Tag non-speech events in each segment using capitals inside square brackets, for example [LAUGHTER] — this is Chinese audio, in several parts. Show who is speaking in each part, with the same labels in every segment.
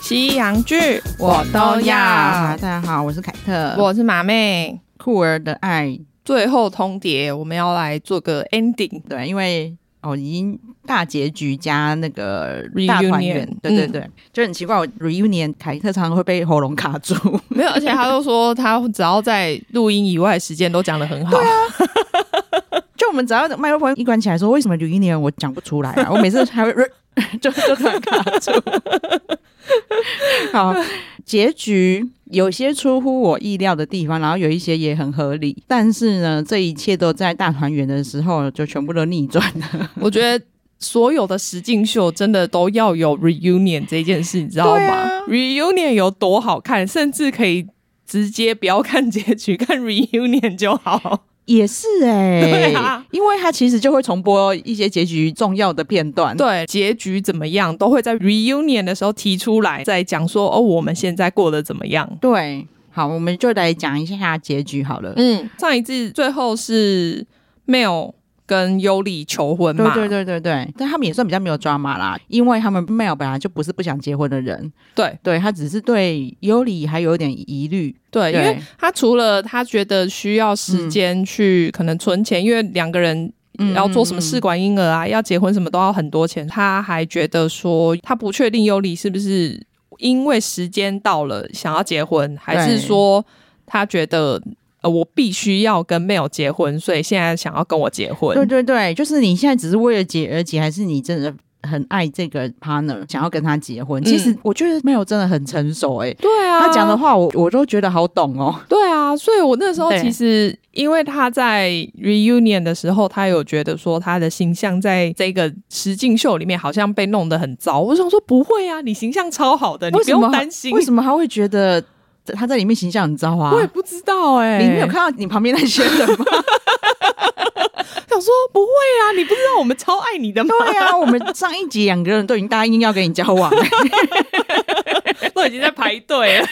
Speaker 1: 西洋剧
Speaker 2: 我都要
Speaker 1: 大
Speaker 2: 大家好，我是凯特。
Speaker 1: 我是马妹。
Speaker 2: 酷儿的爱，
Speaker 1: 最后通牒，我们要来做个 ending。
Speaker 2: 对，因为哦，已经大结局加那个大团圆
Speaker 1: Reunion，嗯
Speaker 2: 对对对，就很奇怪。我 reunion 凯特常常会被喉咙卡住， [LAUGHS]
Speaker 1: 没有，而且他都说他只要在录音以外的时间都讲得很好。
Speaker 2: 就我们只要麦克风一关起来说，为什么 reunion 我讲不出来
Speaker 1: [LAUGHS]
Speaker 2: 啊？我每次还会 [LAUGHS] re- 就就突然卡住。好，结局有些出乎我意料的地方，然后有一些也很合理，但是呢，这一切都在大团圆的时候就全部都逆转了。
Speaker 1: 我觉得所有的实境秀真的都要有 reunion 这件事，你知道
Speaker 2: 对
Speaker 1: 吗、
Speaker 2: 啊
Speaker 1: r e u n i o n 有多好看，甚至可以直接不要看结局，看 reunion 就好。
Speaker 2: 也是哎、
Speaker 1: 对啊
Speaker 2: 因为它其实就会重播一些结局重要的片段。
Speaker 1: 对，结局怎么样都会在 reunion 的时候提出来，再讲说哦，我们现在过得怎么样。
Speaker 2: 对，好，我们就来讲一下结局好了。
Speaker 1: 嗯，上一季最后是 Mel 跟尤里求婚
Speaker 2: 对
Speaker 1: 嘛？
Speaker 2: 对对对对，但他们也算比较没有抓马啦，因为他们 Mel 本来就不是不想结婚的人，
Speaker 1: 对
Speaker 2: 对他只是对尤里还有点疑虑，
Speaker 1: 对，因
Speaker 2: 对
Speaker 1: 为他除了他觉得需要时间去可能存钱，因为两个人
Speaker 2: 嗯
Speaker 1: 要做什么试管婴儿啊，要结婚什么都要很多钱。他还觉得说，他不确定尤里是不是因为时间到了想要结婚，还是说他觉得呃我必须要跟 Mel 结婚，所以现在想要跟我结婚。
Speaker 2: 对对对，就是你现在只是为了结而结，还是你真的很爱这个 partner，想要跟他结婚？其实我觉得 Mel 真的很成熟、欸，
Speaker 1: 对啊，
Speaker 2: 他讲的话我我都觉得好懂哦、
Speaker 1: 对啊，所以我那时候
Speaker 2: 对
Speaker 1: 其实，因为他在 reunion 的时候，他有觉得说他的形象在这个实境秀里面好像被弄得很糟。我想说不会啊，你形象超好的，你
Speaker 2: 为
Speaker 1: 不
Speaker 2: 什么
Speaker 1: 用担心。
Speaker 2: 为什么他会觉得他在里面形象很糟啊？
Speaker 1: 我也不知道哎、
Speaker 2: 你没有看到你旁边那些人
Speaker 1: [LAUGHS]
Speaker 2: 吗？
Speaker 1: 想说不会啊，你不知道我们超爱你 [LAUGHS] 的吗？
Speaker 2: 对啊，我们上一集两个人都已经答应要跟你交往，
Speaker 1: 都已经在排队了。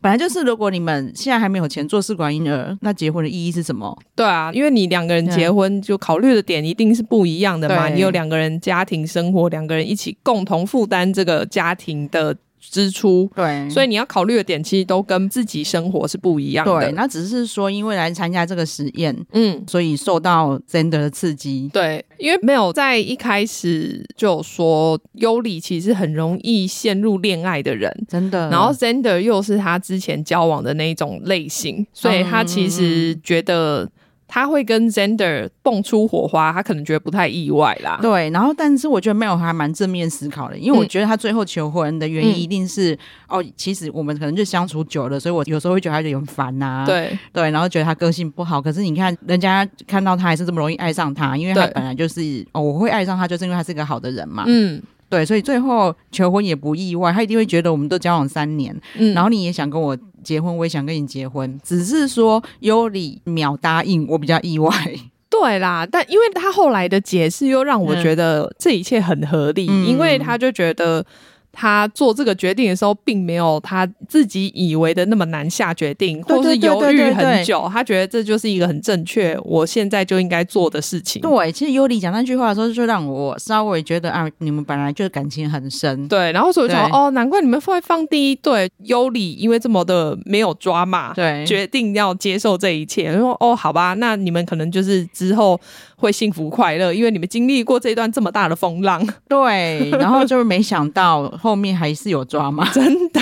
Speaker 2: 本来就是如果你们现在还没有钱做试管婴儿，那结婚的意义是什么？
Speaker 1: 对啊，因为你两个人结婚，就考虑的点一定是不一样的嘛。
Speaker 2: 对
Speaker 1: 你有两个人家庭生活，两个人一起共同负担这个家庭的支出。
Speaker 2: 对
Speaker 1: 所
Speaker 2: 以。
Speaker 1: 以你要考虑的点其实都跟自己生活是不一样的。
Speaker 2: 对，那只是说，因为来参加这个实验，
Speaker 1: 嗯，
Speaker 2: 所以受到 Zander 的刺激。
Speaker 1: 对，因为没有在一开始就有说尤里其实很容易陷入恋爱的人。
Speaker 2: 真的。
Speaker 1: 然后 Zander 又是他之前交往的那一种类型，所以他其实觉得他会跟 Zander 蹦出火花，他可能觉得不太意外啦。
Speaker 2: 对，然后但是我觉得 Mel 还蛮正面思考的，因为我
Speaker 1: 嗯
Speaker 2: 觉得他最后求婚的原因
Speaker 1: 嗯
Speaker 2: 一定是、哦，其实我们可能就相处久了，所以我有时候会觉得他有点烦啊呐、
Speaker 1: 对
Speaker 2: 对，然后觉得他个性不好，可是你看人家看到他还是这么容易爱上他，因为他
Speaker 1: 对
Speaker 2: 本来就是哦，我会爱上他，就是因为他是个好的人嘛。
Speaker 1: 嗯
Speaker 2: 对，所以最后求婚也不意外，他一定会觉得我们都交往三年，
Speaker 1: 嗯，
Speaker 2: 然后你也想跟我结婚，我也想跟你结婚，只是说尤里秒答应，我比较意外。
Speaker 1: 嗯对啦，但因为他后来的解释又让我觉得这一切很合理，
Speaker 2: 嗯
Speaker 1: 因为他就觉得他做这个决定的时候，并没有他自己以为的那么难下决定，
Speaker 2: 对
Speaker 1: 或是
Speaker 2: 对对
Speaker 1: 犹
Speaker 2: 对
Speaker 1: 豫
Speaker 2: 对对
Speaker 1: 很久。他觉得这就是一个很正确，我现在就应该做的事情。
Speaker 2: 对，其实尤里讲那句话的时候，就让我稍微觉得啊，你们本来就感情很深。
Speaker 1: 对，然后所以我想
Speaker 2: 对
Speaker 1: 说哦，难怪你们会放第一对尤里，因为这么的没有抓嘛，
Speaker 2: 对
Speaker 1: 决定要接受这一切。然后哦，好吧，那你们可能就是之后会幸福快乐，因为你们经历过这一段这么大的风浪。
Speaker 2: [LAUGHS] 对，然后就是没想到后面还是有抓嘛， [LAUGHS] 真的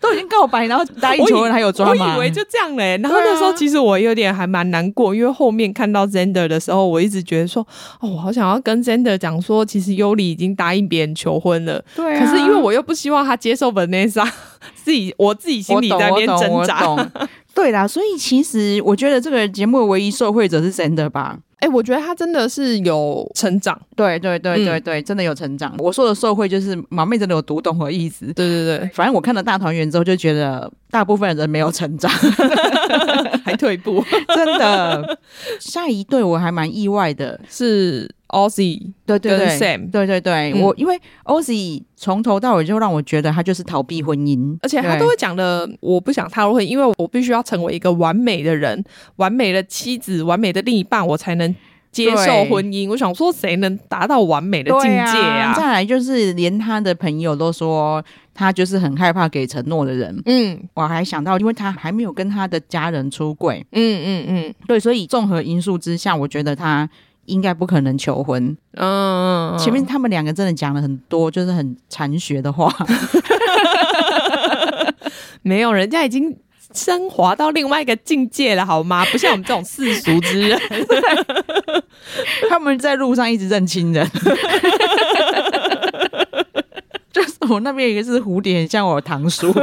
Speaker 2: 都已经告白，然后答应
Speaker 1: 我以
Speaker 2: 求婚还有抓嘛，
Speaker 1: 我以为就这样嘞、然后
Speaker 2: 对啊
Speaker 1: 那时候其实我有点还蛮难过，因为后面看到 Zander 的时候，我一直觉得说，哦，我好想要跟 Zander 讲说，其实尤里已经答应别人求婚了，
Speaker 2: 对、啊
Speaker 1: 可是因为我又不希望他接受 Vanessa，自己我自己心里在那边挣扎。
Speaker 2: 我懂。我懂我懂 [LAUGHS] 对啦，所以其实我觉得这个节目的唯一受惠者是 Sander 吧。
Speaker 1: 哎、我觉得他真的是有成长，
Speaker 2: 对对对
Speaker 1: 嗯
Speaker 2: 对对，真的有成嗯长。我说的受惠就是毛妹真的有读懂我的意思。
Speaker 1: 对对
Speaker 2: 反正我看了大团圆之后，就觉得大部分人没有成长，
Speaker 1: 对， [LAUGHS] 还退步
Speaker 2: [LAUGHS] 真的。 [LAUGHS] 下一对我还蛮意外的，
Speaker 1: 是 Aussie，
Speaker 2: 对对
Speaker 1: 跟
Speaker 2: 对
Speaker 1: Sam
Speaker 2: 对对对，
Speaker 1: 嗯
Speaker 2: 我因为 Ozzy 从头到尾就让我觉得他就是逃避婚姻，
Speaker 1: 而且他
Speaker 2: 对
Speaker 1: 都会讲的，我不想踏入婚姻，因为我必须要成为一个完美的人、完美的妻子、完美的另一半，我才能接受婚姻。我想说，谁能达到完美的境界
Speaker 2: 啊
Speaker 1: 啊？
Speaker 2: 再来就是连他的朋友都说他就是很害怕给承诺的人。
Speaker 1: 嗯
Speaker 2: 我还想到，因为他还没有跟他的家人出柜，
Speaker 1: 嗯嗯嗯
Speaker 2: 对，所以综合因素之下，我觉得他应该不可能求婚。
Speaker 1: 嗯，
Speaker 2: 前面他们两个真的讲了很多，就是很残学的话。 [LAUGHS]
Speaker 1: 没有，人家已经升华到另外一个境界了，好吗？不像我们这种世俗之人。 [LAUGHS]
Speaker 2: 他们在路上一直认亲人。 [LAUGHS] 就是我那边有一个是蝴蝶，很像我堂叔，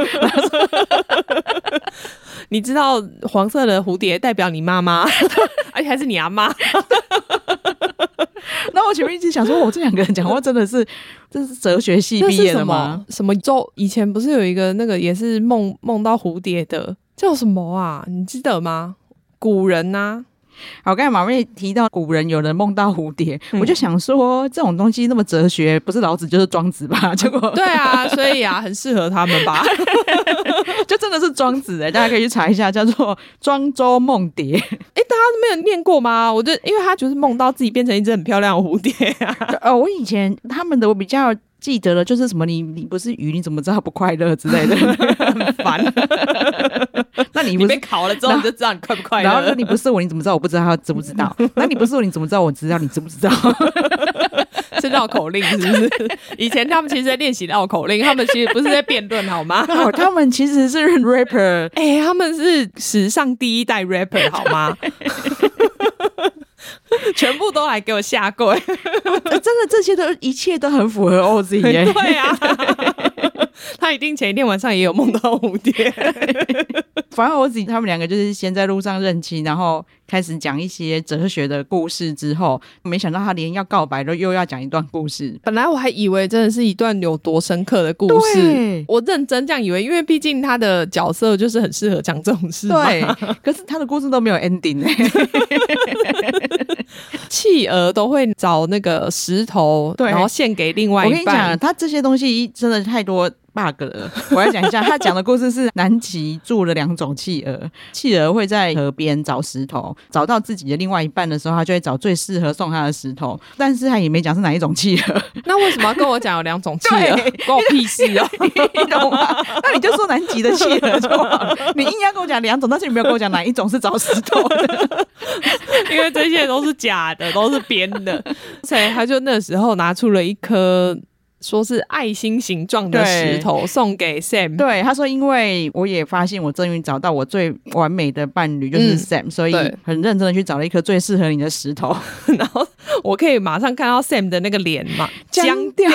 Speaker 1: 你知道黄色的蝴蝶代表你妈妈， [LAUGHS] 而且还是你阿妈。
Speaker 2: [LAUGHS] 然后我前面一直想说，我这两个人讲话真的是，这是哲学系
Speaker 1: 那
Speaker 2: 毕
Speaker 1: 是
Speaker 2: 业的
Speaker 1: 什
Speaker 2: 吗
Speaker 1: 么？？什么周？以前不是有一个那个也是梦梦到蝴蝶的，叫什么啊？你记得吗？古人 [LAUGHS] 呐、
Speaker 2: 好，刚才马妹提到古人有人梦到蝴蝶，
Speaker 1: 嗯
Speaker 2: 我就想说这种东西那么哲学，不是老子就是庄子吧？ [LAUGHS] 结果
Speaker 1: 对啊，所以啊，很适合他们 [LAUGHS] 吧？
Speaker 2: 就真的是庄子哎、大家可以去查一下，叫做《庄周梦蝶》
Speaker 1: 没有念过吗？我就因为他就是梦到自己变成一只很漂亮的蝴蝶啊， [LAUGHS]
Speaker 2: 呃，我以前他们的我比较记得的就是什么你你不是鱼，你怎么知道不快乐之类的？ [LAUGHS]
Speaker 1: 很烦。
Speaker 2: 那你
Speaker 1: 你
Speaker 2: 不
Speaker 1: 被
Speaker 2: 是，
Speaker 1: 烤了之后，你就知道你快不快
Speaker 2: 然后
Speaker 1: 乐
Speaker 2: 说。你不是我，你怎么知道我不知道他知不知道？那你不是我，你怎么知道我知道你知不知道？
Speaker 1: 是绕口令是不是？ [LAUGHS] 以前他们其实在练习绕口令，他们其实不是在辩论好吗？ [LAUGHS]
Speaker 2: 哦，他们其实是 rapper，
Speaker 1: 哎、他们是史上第一代 rapper 好吗？ [LAUGHS] 全部都来给我下跪，
Speaker 2: 呃真的这些都一切都很符合 OZ
Speaker 1: [LAUGHS]
Speaker 2: 耶、
Speaker 1: 对啊，他一定前一天晚上也有梦到蝴蝶，
Speaker 2: 反正 OZ 他们两个就是先在路上认亲，然后开始讲一些哲学的故事之后，没想到他连要告白都又要讲一段故事。
Speaker 1: [LAUGHS] 本来我还以为真的是一段有多深刻的故事
Speaker 2: 对，
Speaker 1: 我认真这样以为，因为毕竟他的角色就是很适合讲这种事嘛。
Speaker 2: 对，可是他的故事都没有 ending 哎、
Speaker 1: 企鹅都会找那个石头，
Speaker 2: 对
Speaker 1: 然后献给另外
Speaker 2: 我跟你
Speaker 1: 一半
Speaker 2: 讲，。他这些东西真的太多 bug 了。 [LAUGHS] 我来讲一下，他讲的故事是南极住了两种企鹅，企鹅会在河边找石头，找到自己的另外一半的时候，他就会找最适合送他的石头，但是他也没讲是哪一种企鹅， [LAUGHS]
Speaker 1: 那为什么要跟我讲有两种企 [LAUGHS] 鹅？关我屁事哦！
Speaker 2: 你懂吗？那你就说南极的企鹅就好了。你硬要跟我讲两种，但是你没有跟我讲哪一种是找石头的。
Speaker 1: [LAUGHS] [LAUGHS] 因为这些都是假的，都是编 [LAUGHS] 的，所以他就那时候拿出了一颗说是爱心形状的石头送给 Sam。
Speaker 2: 对，他说，因为我也发现我终于找到我最完美的伴侣，就是
Speaker 1: 嗯
Speaker 2: Sam，、所以
Speaker 1: 对
Speaker 2: 很认真的去找了一颗最适合你的石头。
Speaker 1: 然后 [LAUGHS] 我可以马上看到 Sam 的那个脸嘛，
Speaker 2: 僵
Speaker 1: [LAUGHS] 僵掉。 [LAUGHS]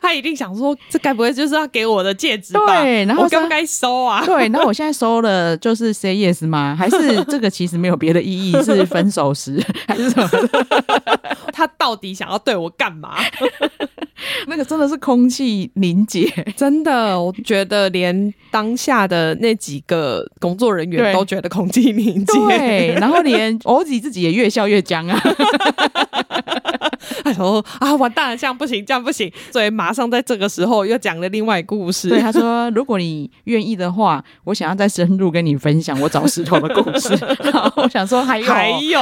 Speaker 1: 他一定想说，这该不会就是要给我的戒指吧？
Speaker 2: 对然后
Speaker 1: 我该
Speaker 2: 说
Speaker 1: 不该
Speaker 2: [LAUGHS]
Speaker 1: 收啊？ [LAUGHS]
Speaker 2: 对，那我现在收了，就是 say yes 吗？还是这个其实没有别的意义，是分手 [LAUGHS] 时还是什么的？
Speaker 1: 他到底想要对我干嘛？
Speaker 2: 那个真的是空气凝结，
Speaker 1: [LAUGHS] 真的，我觉得连当下的那几个工作人员
Speaker 2: 对
Speaker 1: 都觉得空气凝结。
Speaker 2: [LAUGHS] 对，
Speaker 1: [LAUGHS]
Speaker 2: 然后连 OZ 自己也越笑越僵啊。
Speaker 1: 哎呦啊，完蛋了，这样不行，这样不行，所以马上在这个时候又讲了另外一个故事。
Speaker 2: [LAUGHS] 对，他说：“如果你愿意的话，我想要再深入跟你分享我找石头的故 [LAUGHS] 事。”然后我想说还有，哦
Speaker 1: 还有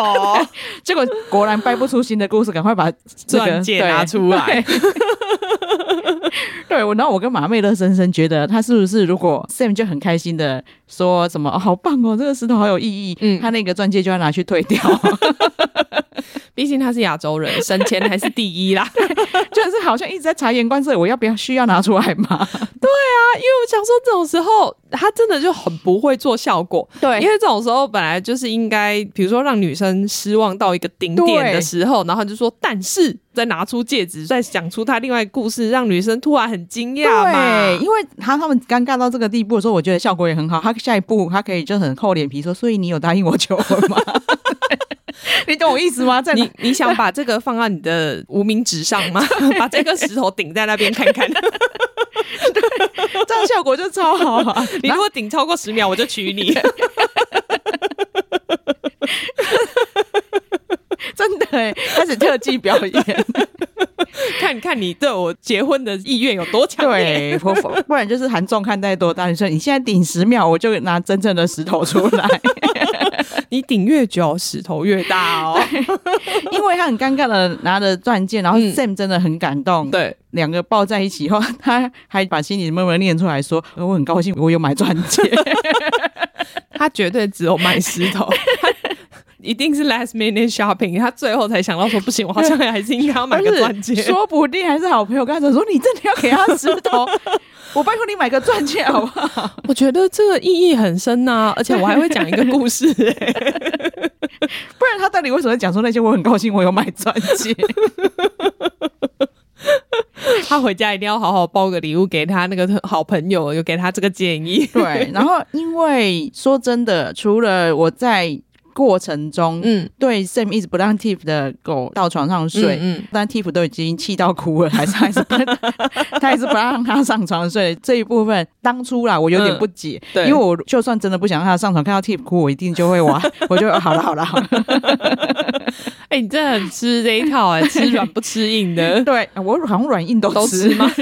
Speaker 2: 结果果然掰不出新的故事，赶快把这个
Speaker 1: 钻戒拿出来。
Speaker 2: 对对，我然后我跟马妹乐深深觉得，他是不是如果 Sam 就很开心的说什么、哦好棒哦，这个石头好有意义，
Speaker 1: 嗯
Speaker 2: 他那个钻戒就要拿去退
Speaker 1: [LAUGHS]
Speaker 2: 掉，
Speaker 1: [LAUGHS] 毕竟他是亚洲人，省钱还是第一啦。对
Speaker 2: 就是好像一直在察言观色，我要不要需要拿出来嘛？
Speaker 1: 啊，因为我想说这种时候，他真的就很不会做效果。
Speaker 2: 对
Speaker 1: 因为这种时候本来就是应该，比如说让女生失望到一个顶点的
Speaker 2: 对
Speaker 1: 时候，然后就说但是，再拿出戒指，再讲出他另外一个故事，让女生突然很惊讶
Speaker 2: 对，
Speaker 1: 嘛。
Speaker 2: 因为他他们尴尬到这个地步的时候，我觉得效果也很好。他下一步他可以就很厚脸皮说，所以你有答应我求婚吗？ [LAUGHS] 你懂我意思吗？在
Speaker 1: 你你想把这个放到你的无名指上
Speaker 2: [LAUGHS]
Speaker 1: 吗？把这个石头顶在那边看看。
Speaker 2: 这样效果就超好啊！
Speaker 1: 你如果顶超过十秒，我就娶你。
Speaker 2: [LAUGHS] 真的哎，开始特技表
Speaker 1: [LAUGHS]
Speaker 2: 演。
Speaker 1: 看看你对我结婚的意愿有多强
Speaker 2: 对，
Speaker 1: 烈。
Speaker 2: 不不然就是韩重看待多大。你说你现在顶十秒，我就拿真正的石头出来。
Speaker 1: 你顶越久，石头越大哦。
Speaker 2: [LAUGHS] 因为他很尴尬的拿着钻戒，然后
Speaker 1: 嗯
Speaker 2: Sam 真的很感动，
Speaker 1: 对，
Speaker 2: 两个抱在一起以后，他还把心里默默念出来说：“呃我很高兴，我有买钻戒。
Speaker 1: 他绝对只有买石 [LAUGHS] 头，他一定是 last minute shopping，他最后才想到说不行，我好像还是应该 [LAUGHS] 要”买个钻戒
Speaker 2: 不。是说不定还是好朋友跟他讲说：“你真的要给他石
Speaker 1: [LAUGHS]
Speaker 2: 头？我拜托你买个钻戒好不好
Speaker 1: 我觉得这个意义很深呐、而且我还会讲一个故事、欸。？”
Speaker 2: 不然他到底为什么会讲说那些？我很高兴，我有买钻戒。
Speaker 1: [LAUGHS] 他回家一定要好好包个礼物给他那个好朋友，有给他这个建议。
Speaker 2: 对，然后因为说真的，除了我在过程中、
Speaker 1: [LAUGHS] 嗯，
Speaker 2: 对 Sam 一直不让 Tiff 的狗到床上睡，
Speaker 1: 对，嗯，
Speaker 2: 但 Tiff 都已经气到哭了，还是还是
Speaker 1: [LAUGHS]
Speaker 2: 不他还是不让他上床睡这一部分，当初啦我有点不解，
Speaker 1: 嗯对，
Speaker 2: 因为我就算真的不想让他上床，看到 Tiff 哭，我一定就会哇， [LAUGHS] 我就好了好了好了，
Speaker 1: [LAUGHS] 哎、你真的很吃这一套哎、吃软不吃硬的，
Speaker 2: 对我好像软硬都
Speaker 1: [LAUGHS] 都
Speaker 2: 吃
Speaker 1: 吃吗？ [LAUGHS]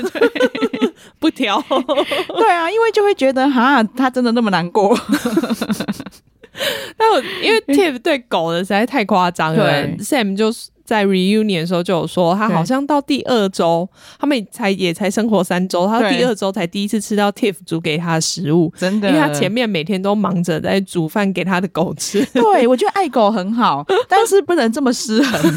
Speaker 1: 不挑。
Speaker 2: [LAUGHS] 对啊，因为就会觉得哈，他真的那么难
Speaker 1: [LAUGHS]
Speaker 2: 过，
Speaker 1: 但我因为
Speaker 2: [LAUGHS]
Speaker 1: Tiff 对狗的实在太夸张了
Speaker 2: 对
Speaker 1: ，Sam 就是在 reunion 的时候就有说，他
Speaker 2: 对
Speaker 1: 好像到第二周，他们才也才生活三周，他到
Speaker 2: 对
Speaker 1: 第二周才第一次吃到 Tiff 煮给他的食物，
Speaker 2: 真
Speaker 1: 因
Speaker 2: 的，
Speaker 1: 为他前面每天都忙着在煮饭给他的狗吃， [LAUGHS]
Speaker 2: 对我觉得爱狗很好，但是不能这么失衡。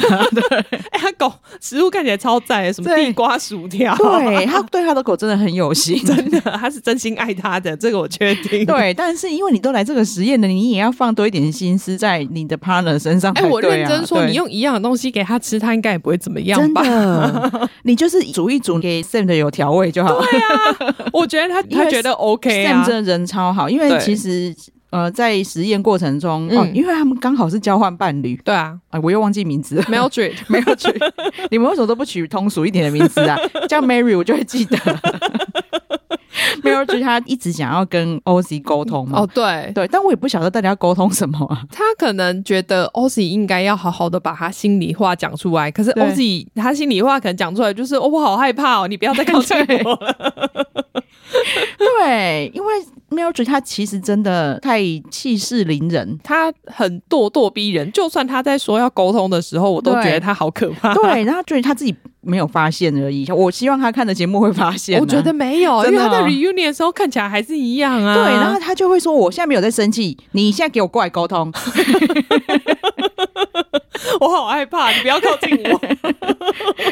Speaker 1: 哎、他狗食物看起来超赞的，什么
Speaker 2: 对
Speaker 1: 地瓜薯条、
Speaker 2: [LAUGHS] 对他对他的 [LAUGHS] 狗真的很有心，
Speaker 1: [LAUGHS] 真的，他是真心爱他的，这个我确定。。
Speaker 2: 对，但是因为你都来这个实验了，你也要放多一点心思在你的 partner 身上才
Speaker 1: [LAUGHS] 哎、
Speaker 2: 对啊、
Speaker 1: 我认真说，
Speaker 2: 对
Speaker 1: 你用一样的东西给他吃，他应该也不会怎么样
Speaker 2: 真
Speaker 1: 吧？
Speaker 2: [LAUGHS] 的，你就是煮一煮给 Sam 的有调味就好。 [LAUGHS] 对、
Speaker 1: 我觉得他
Speaker 2: 因为
Speaker 1: 他觉得 OK 啊
Speaker 2: Sam 真的人超好，因为
Speaker 1: 对
Speaker 2: 其实。呃，在实验过程中，哦，
Speaker 1: 嗯
Speaker 2: 因为他们刚好是交换伴侣
Speaker 1: 对啊
Speaker 2: 啊、我又忘记名 [LAUGHS] 字了，
Speaker 1: ，Mildred
Speaker 2: 没有取，你们为什么都不取通俗一点的名字 [LAUGHS] 啊？叫 Mary 我就会记得。Mary 她一直想要跟 OZ 沟通嘛，
Speaker 1: 哦，对，
Speaker 2: 对，但我也不晓得大家要沟通什么
Speaker 1: [LAUGHS]
Speaker 2: 啊。
Speaker 1: 他可能觉得 Ozzy 应该要好好的把他心里话讲出来，可是
Speaker 2: 对
Speaker 1: Ozzy 他心里话可能讲出来就是哦，我好害怕哦，你不要再靠近 [LAUGHS] 我了。。
Speaker 2: 对，因为 Mary 她其实真的太气势凌人
Speaker 1: 他很咄咄逼人，就算他在说要沟通的时候，我都
Speaker 2: 对
Speaker 1: 觉得他好可怕。
Speaker 2: 对，然后就是她自己没有发现而已。我希望她看的节目会发现啊、
Speaker 1: 我觉得没有，
Speaker 2: 真
Speaker 1: 因为
Speaker 2: 的
Speaker 1: 他在
Speaker 2: 哦
Speaker 1: reunion 的啊时候看起来还是一样啊。
Speaker 2: 对，然后她就会说：“我现在没有在生气，你现在给我过来沟
Speaker 1: [LAUGHS]
Speaker 2: 通。
Speaker 1: 我好害怕，你不要靠近 [LAUGHS] 我。”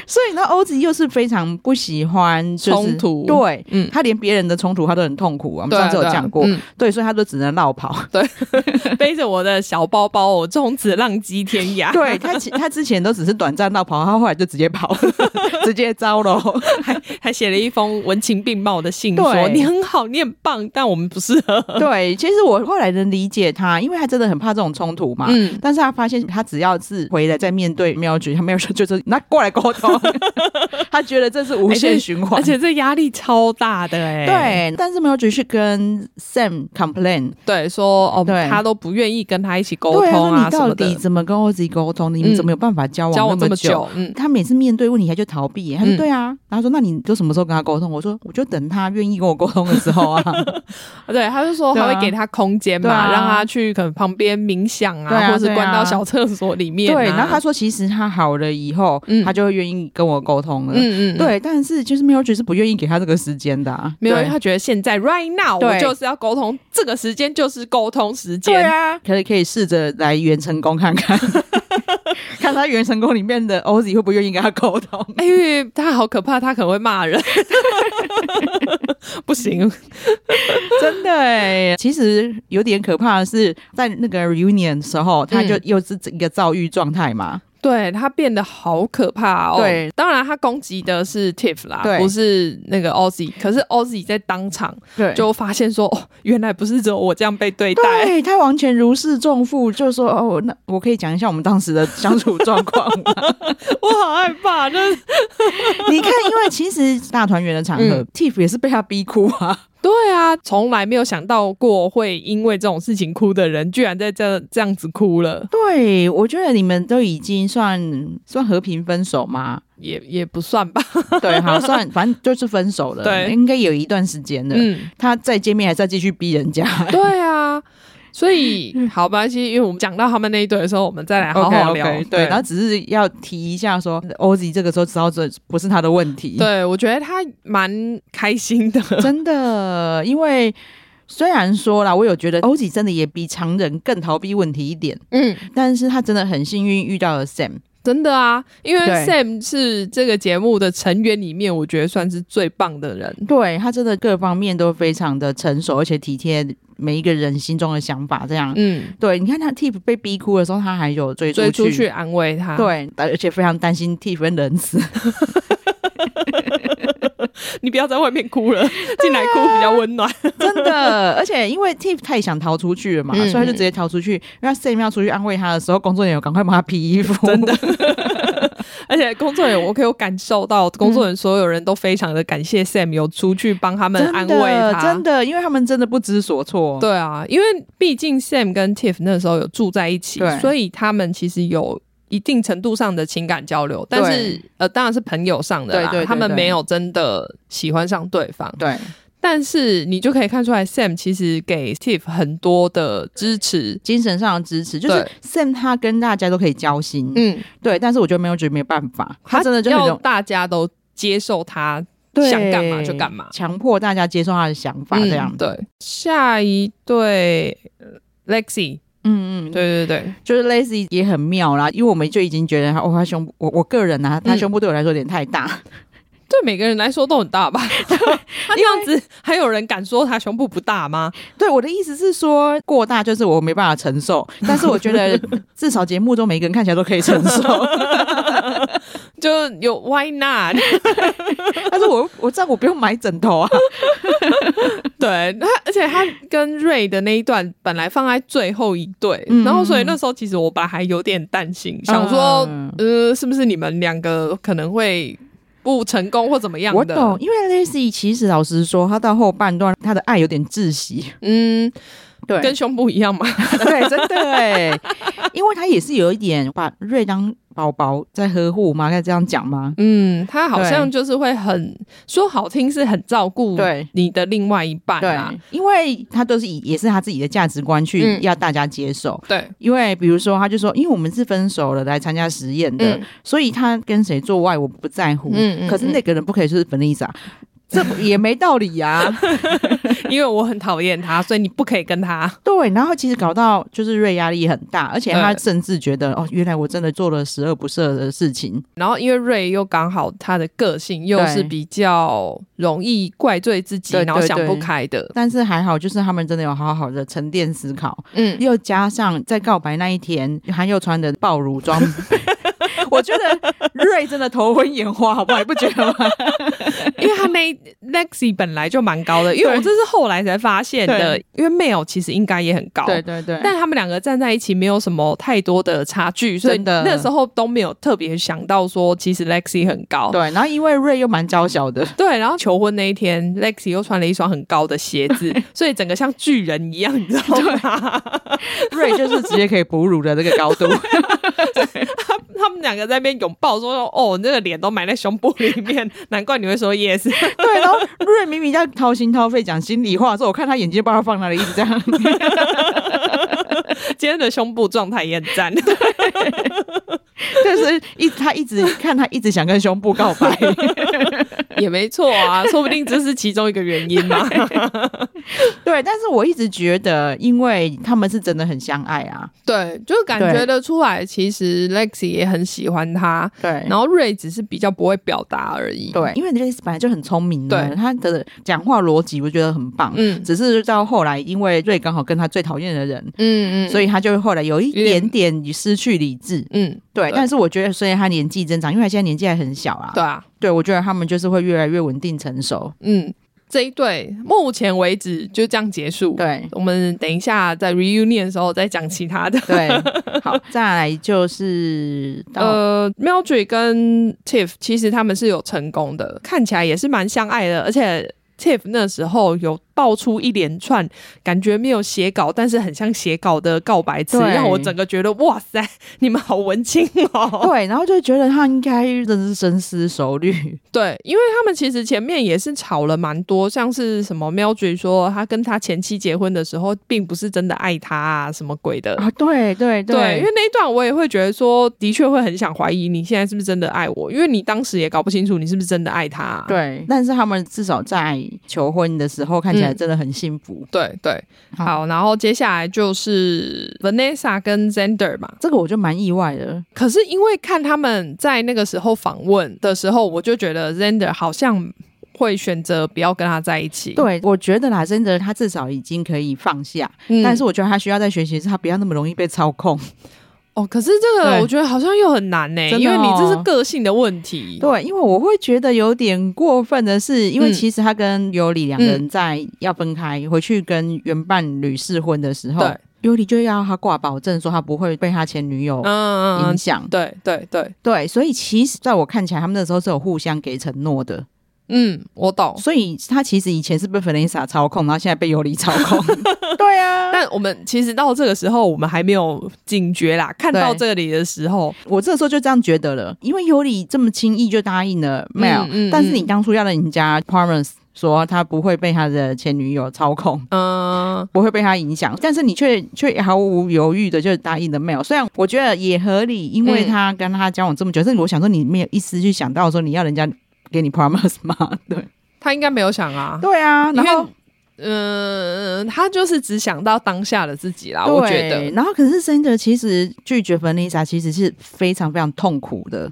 Speaker 2: 所以呢，欧子又是非常不喜欢、就是、
Speaker 1: 冲突
Speaker 2: 对，
Speaker 1: 嗯，
Speaker 2: 他连别人的冲突他都很痛苦啊，我们上次有讲过，
Speaker 1: 嗯
Speaker 2: 对，所以他都只能绕
Speaker 1: [LAUGHS]
Speaker 2: 跑。
Speaker 1: 背着我的小包包，我从此浪迹天涯。
Speaker 2: 对他其，他之前都只是短暂绕跑，他后来就直接跑， [LAUGHS] 直接招了。
Speaker 1: 还还写了一封文情并茂的信说，
Speaker 2: 对
Speaker 1: 你很好，你很棒，但我们不适合。 [LAUGHS]
Speaker 2: 对，其实我后来能理解他，因为他真的很怕这种冲突嘛。
Speaker 1: 嗯，
Speaker 2: 但是他发现，他只要是回来再面对喵局，他没有说就是那过来沟
Speaker 1: [LAUGHS]
Speaker 2: 通，他觉得这是无限循环。
Speaker 1: 而且这压力超大的哎、
Speaker 2: 对，但是喵局是跟 Sam complain，
Speaker 1: 对，说哦
Speaker 2: 对，
Speaker 1: 他都不愿意跟他一起沟
Speaker 2: 对
Speaker 1: 通
Speaker 2: 啊，
Speaker 1: 啊
Speaker 2: 说
Speaker 1: 什
Speaker 2: 你到
Speaker 1: 么
Speaker 2: 底
Speaker 1: 的，
Speaker 2: 怎么跟 OZ 沟通？你们
Speaker 1: 嗯
Speaker 2: 怎么有办法交往
Speaker 1: 交往这
Speaker 2: 么
Speaker 1: 么久，嗯，
Speaker 2: 他每次面对问题，他就逃避耶。他说：“
Speaker 1: 嗯
Speaker 2: 对啊。然后说：“那你就什么时候跟他沟通？”我说：“我就等他愿意跟我沟通的时候啊。
Speaker 1: [LAUGHS] 对，他就说
Speaker 2: 对
Speaker 1: 他
Speaker 2: 啊
Speaker 1: 会给他空间嘛，
Speaker 2: 对啊
Speaker 1: 让他去可能旁边冥想
Speaker 2: 对啊
Speaker 1: 啊，或者
Speaker 2: 对
Speaker 1: 是
Speaker 2: 啊
Speaker 1: 关到小厕所里”面、啊。
Speaker 2: 对，然后他说：“其实他好了以后，
Speaker 1: 嗯
Speaker 2: 他就会愿意跟我沟通了。
Speaker 1: 嗯嗯，嗯。
Speaker 2: 对，但是就是 m i r a 是不愿意给他这个时间的、啊，
Speaker 1: 没有，因为
Speaker 2: 对
Speaker 1: 他觉得现在 right now
Speaker 2: 对
Speaker 1: 我就是要沟通，这个时间就是沟通时间。
Speaker 2: 对啊，可以可以试着来元成功看 [LAUGHS] 看，看他元成功里面的 OZ 会不会愿意跟他沟通。
Speaker 1: 哎，因为他好可怕，他可能会骂人。 [LAUGHS] 不行，
Speaker 2: 真的哎，其实有点可怕的是，在那个 reunion 的时候，他就又是一个躁郁状态嘛。
Speaker 1: 对他变得好可怕哦。
Speaker 2: 对，
Speaker 1: 当然他攻击的是 Tiff 啦，
Speaker 2: 对
Speaker 1: 不是那个 Ozzy。可是 Ozzy 在当场
Speaker 2: 对
Speaker 1: 就发现说，哦，原来不是只有我这样被对待。
Speaker 2: 对他完全如释重负，就说哦，那我可以讲一下我们当时的相处状况吗？
Speaker 1: [LAUGHS]
Speaker 2: [LAUGHS]
Speaker 1: 我好害怕，就是
Speaker 2: 你看，因为其实大团圆的场合、
Speaker 1: 嗯
Speaker 2: t i f f 也是被他逼哭啊。
Speaker 1: 对啊，从来没有想到过会因为这种事情哭的人，居然在这这样子哭了，
Speaker 2: 对，我觉得你们都已经算算和平分手吗？
Speaker 1: [LAUGHS] 也也不算吧。
Speaker 2: 对，好，算反正就是分手了，
Speaker 1: 对
Speaker 2: 应该有一段时间了。
Speaker 1: 嗯，
Speaker 2: 他再见面还是要继续逼人家，
Speaker 1: 对啊，所以好吧，其实因为我们讲到他们那一对的时候，我们再来好
Speaker 2: OK，OK，
Speaker 1: 好聊。
Speaker 2: 对，然后只是要提一下说，Oz 这个时候知道这不是他的问题，，
Speaker 1: 对，我觉得他蛮开心的。
Speaker 2: 真的，因为虽然说啦，我有觉得 Oz 真的也比常人更逃避问题一点，
Speaker 1: 嗯，
Speaker 2: 但是他真的很幸运遇到了 Sam，
Speaker 1: 真的啊，因为
Speaker 2: 对
Speaker 1: Sam 是这个节目的成员里面，我觉得算是最棒的人。
Speaker 2: 对他真的各方面都非常的成熟，而且体贴每一个人心中的想法，这样。
Speaker 1: 嗯，
Speaker 2: 对，你看他 Tiff 被逼哭的时候，他还有追啊
Speaker 1: 追出去安慰他。，
Speaker 2: 对，而且非常担心 Tiff 会冷死。 [LAUGHS]
Speaker 1: 你不要在外面哭了，进来哭比较
Speaker 2: [LAUGHS]
Speaker 1: 温暖。
Speaker 2: 真的，而且因为 Tiff 太想逃出去了嘛，
Speaker 1: 嗯
Speaker 2: 所以他就直接逃出去。因为 Sam 要出去安慰他的时候，工作人员有赶快帮他披衣服，
Speaker 1: 真的。而且工作人员，我可以有感受到，工作人员所有人都非常的感谢 Sam 有出去帮他们
Speaker 2: 真的
Speaker 1: 安慰他。
Speaker 2: 真的，因为他们真的不知所措。
Speaker 1: 对啊，因为毕竟 Sam 跟 Tiff 那时候有住在一起
Speaker 2: 对，
Speaker 1: 所以他们其实有一定程度上的情感交流，但是呃，当然是朋友上的啦，
Speaker 2: 对对对
Speaker 1: 他们
Speaker 2: 对
Speaker 1: 没有真的喜欢上对方。
Speaker 2: 对
Speaker 1: 但是你就可以看出来，Sam 其实给 Tiff 很多的支持。
Speaker 2: 精神上的支持，就是
Speaker 1: 对
Speaker 2: Sam 他跟大家都可以交心，
Speaker 1: 嗯，
Speaker 2: 对。但是我觉得没有觉得没办法，他真的就很
Speaker 1: 要
Speaker 2: 容
Speaker 1: 大家都接受他
Speaker 2: 对
Speaker 1: 想干嘛就干嘛
Speaker 2: 强迫大家接受他的想法，
Speaker 1: 嗯
Speaker 2: 这样。
Speaker 1: 对，下一对呃 Lexi，
Speaker 2: 嗯嗯，对，
Speaker 1: 对对对，
Speaker 2: 就是 Lazy 也很妙啦，因为我们就已经觉得他，哦，他胸部，我我个人啊，他
Speaker 1: 嗯
Speaker 2: 胸部对我来说有点太大， [LAUGHS]
Speaker 1: 对每个人来说都很大吧？他那样子，还有人敢说他胸部不大吗？
Speaker 2: 对，我的意思是说，过大就是我没办法承受，但是我觉
Speaker 1: [LAUGHS]
Speaker 2: 得至少节目中每个人看起来都可以承受。
Speaker 1: 就有 Why not？
Speaker 2: 但是我我这样我不用买枕头啊，
Speaker 1: 对他，而且他跟瑞的那一段本来放在最后一对，
Speaker 2: 嗯
Speaker 1: 然后所以那时候其实我本来还有点担心，想说
Speaker 2: 嗯
Speaker 1: 呃，是不是你们两个可能会不成功或怎么样
Speaker 2: 我
Speaker 1: 的？
Speaker 2: 懂，因为 Lacy 其实老实说，她到后半段她的爱有点窒息，
Speaker 1: 嗯，
Speaker 2: 对
Speaker 1: 跟胸部一样嘛。 [LAUGHS]
Speaker 2: 对，真的哎，因为她也是有一点把瑞当宝宝在呵护嘛，该这样讲吗？
Speaker 1: 嗯，他好像就是会很说好听是很照顾
Speaker 2: 对
Speaker 1: 你的另外一半
Speaker 2: 对
Speaker 1: 啊，，
Speaker 2: 因为她都是以也是她自己的价值观去
Speaker 1: 嗯
Speaker 2: 要大家接受。
Speaker 1: 对
Speaker 2: 因为比如说，她就说，因为我们是分手了来参加实验的，
Speaker 1: 嗯
Speaker 2: 所以他跟谁做爱我不在乎，
Speaker 1: 嗯嗯
Speaker 2: 可是那个人不可以是 Vanessa，这 [LAUGHS] 也没道理
Speaker 1: [LAUGHS]
Speaker 2: 呀、啊。
Speaker 1: 因为我很讨厌他，所以你不可以跟他。
Speaker 2: 对，然后其实搞到就是瑞压力也很大，而且他
Speaker 1: 对
Speaker 2: 甚至觉得哦，原来我真的做了十恶不赦的事情。
Speaker 1: 然后因为瑞又刚好他的个性又
Speaker 2: 对
Speaker 1: 是比较容易怪罪自己，
Speaker 2: 对
Speaker 1: 然后
Speaker 2: 对
Speaker 1: 想
Speaker 2: 对
Speaker 1: 不开的。
Speaker 2: 但是还好，就是他们真的有好好的沉淀思考，
Speaker 1: 嗯，
Speaker 2: 又加上在告白那一天，韩又穿的暴乳 [LAUGHS] 装。我觉得瑞真的头昏眼花，好不好？你不觉得吗？
Speaker 1: 因为他那 Lexi 本来就蛮高的，因为我这是后来才发现的，因为 Mel 其实应该也很高。
Speaker 2: 对对
Speaker 1: 但他们两个站在一起没有什么太多的差距，所以
Speaker 2: 真的
Speaker 1: 那时候都没有特别想到说，其实 Lexi 很高。
Speaker 2: 对，然后因为瑞又蛮娇小 [LAUGHS] 的，
Speaker 1: 对，然后求婚那一天，Lexi 又穿了一双很高的鞋
Speaker 2: [LAUGHS]
Speaker 1: 子，所以整个像巨人一样，你知道吗？
Speaker 2: 瑞就是直接可以哺乳的那个高 [LAUGHS] 度。
Speaker 1: 他们两个在那边拥抱说：“哦，你这个脸都埋在胸部里 [LAUGHS] 面，难怪你会说 yes。
Speaker 2: 对，然后瑞明明在掏心掏肺讲心里话的时候，我看他眼睛不知道放哪里，一直这样。 [LAUGHS]
Speaker 1: 今天的胸部状态也很赞。
Speaker 2: 但是一他一直看他一直想跟胸部告 [LAUGHS] 白，
Speaker 1: [LAUGHS] 也没错啊，说不定这是其中一个原因 [LAUGHS] 嘛。
Speaker 2: 对。但是我一直觉得，因为他们是真的很相爱啊，
Speaker 1: 对，就感觉得出来，其实 Lexi 也很喜欢他，
Speaker 2: 对。
Speaker 1: 然后瑞只是比较不会表达而已。
Speaker 2: 对，，因为 Liz 本来就很聪明的，
Speaker 1: 对
Speaker 2: 他的讲话逻辑我觉得很棒。
Speaker 1: 嗯
Speaker 2: 只是到后来，因为瑞刚好跟他最讨厌的人，
Speaker 1: 嗯嗯，
Speaker 2: 所
Speaker 1: 以
Speaker 2: 以他就后来有一
Speaker 1: 有
Speaker 2: 点
Speaker 1: 点
Speaker 2: 点失去理智。
Speaker 1: 嗯，
Speaker 2: 对，
Speaker 1: 对
Speaker 2: 但是我觉得，虽然他年纪增长，因为他现在年纪还很小啊，
Speaker 1: 对啊，
Speaker 2: 对，我觉得他们就是会越来越稳定成熟。
Speaker 1: 嗯，这一对目前为止就这样结束。，
Speaker 2: 对，
Speaker 1: 我们等一下在 reunion 的时候再讲其他的。 [LAUGHS]
Speaker 2: 对，好，再来就是到、
Speaker 1: 呃 m e l d r i 跟 Tiff 其实他们是有成功的，看起来也是蛮相爱的，而且 Tiff 那时候有爆出一连串感觉没有写稿，但是很像写稿的告白词，
Speaker 2: 对
Speaker 1: 让我整个觉得哇塞， [LAUGHS] 你们好文青
Speaker 2: [LAUGHS]
Speaker 1: 哦。
Speaker 2: 对，然后就觉得他应该真的是深思熟虑，
Speaker 1: 对，因为他们其实前面也是吵了蛮多，像是什么 Mildred 说他跟他前妻结婚的时候，并不是真的爱他啊，什么鬼的。
Speaker 2: 啊， [LAUGHS] 对对对，
Speaker 1: 对，因为那一段我也会觉得说，的确会很想怀疑你现在是不是真的爱我，因为你当时也搞不清楚你是不是真的爱他啊、
Speaker 2: 对，但是他们至少在求婚的时候看起来
Speaker 1: 嗯
Speaker 2: 真的很幸福。
Speaker 1: 对对，好，然后接下来就是 Vanessa 跟 Zander 嘛，
Speaker 2: 这个我就蛮意外的，
Speaker 1: 可是因为看他们在那个时候访问的时候，我就觉得 Zander 好像会选择不要跟他在一起。，
Speaker 2: 对我觉得啦，真的他至少已经可以放下，
Speaker 1: 嗯
Speaker 2: 但是我觉得他需要在学习，是他不要那么容易被操控。
Speaker 1: 哦，可是这个
Speaker 2: 对
Speaker 1: 我觉得好像又很难呢、欸
Speaker 2: 真的
Speaker 1: 因为你这是
Speaker 2: 哦
Speaker 1: 个性的问题。
Speaker 2: 对，因为我会觉得有点过分的是，因为
Speaker 1: 嗯
Speaker 2: 其实他跟尤里两个人在要分开、回去跟原伴侣试婚的时候
Speaker 1: 对，
Speaker 2: 尤里就要他挂保证说他不会被他前女友
Speaker 1: 嗯嗯
Speaker 2: 影
Speaker 1: 嗯，
Speaker 2: 响。
Speaker 1: 对对对，
Speaker 2: 对，所以其实在我看起来，他们那时候是有互相给承诺的。
Speaker 1: 嗯，我懂。
Speaker 2: 所以他其实以前是被弗雷萨操控，然后现在被尤里操控。 [LAUGHS] 对啊，
Speaker 1: [LAUGHS] 但我们其实到这个时候，我们还没有警觉啦。看到
Speaker 2: 对
Speaker 1: 这里的时候，
Speaker 2: 我这时候就这样觉得了，因为尤里这么轻易就答应了 Mel，、
Speaker 1: 嗯嗯
Speaker 2: 但是你当初要人家 promise 说他不会被他的前女友操控。
Speaker 1: 嗯，
Speaker 2: 不会被他影响，但是你却却毫无犹豫的就答应了 Mel。虽然我觉得也合理，因为
Speaker 1: 嗯
Speaker 2: 他跟他交往这么久，但是我想说你没有一丝去想到说你要人家给你 promise 吗？ [LAUGHS] 对
Speaker 1: 他应该没有想啊。
Speaker 2: 对啊，
Speaker 1: 因
Speaker 2: 然
Speaker 1: 为
Speaker 2: 后
Speaker 1: 嗯，他就是只想到当下的自己啦。
Speaker 2: 对，
Speaker 1: 啊我觉得，
Speaker 2: 然后可是 s a n d r 其实拒绝弗丽莎其实是非常非常痛苦的，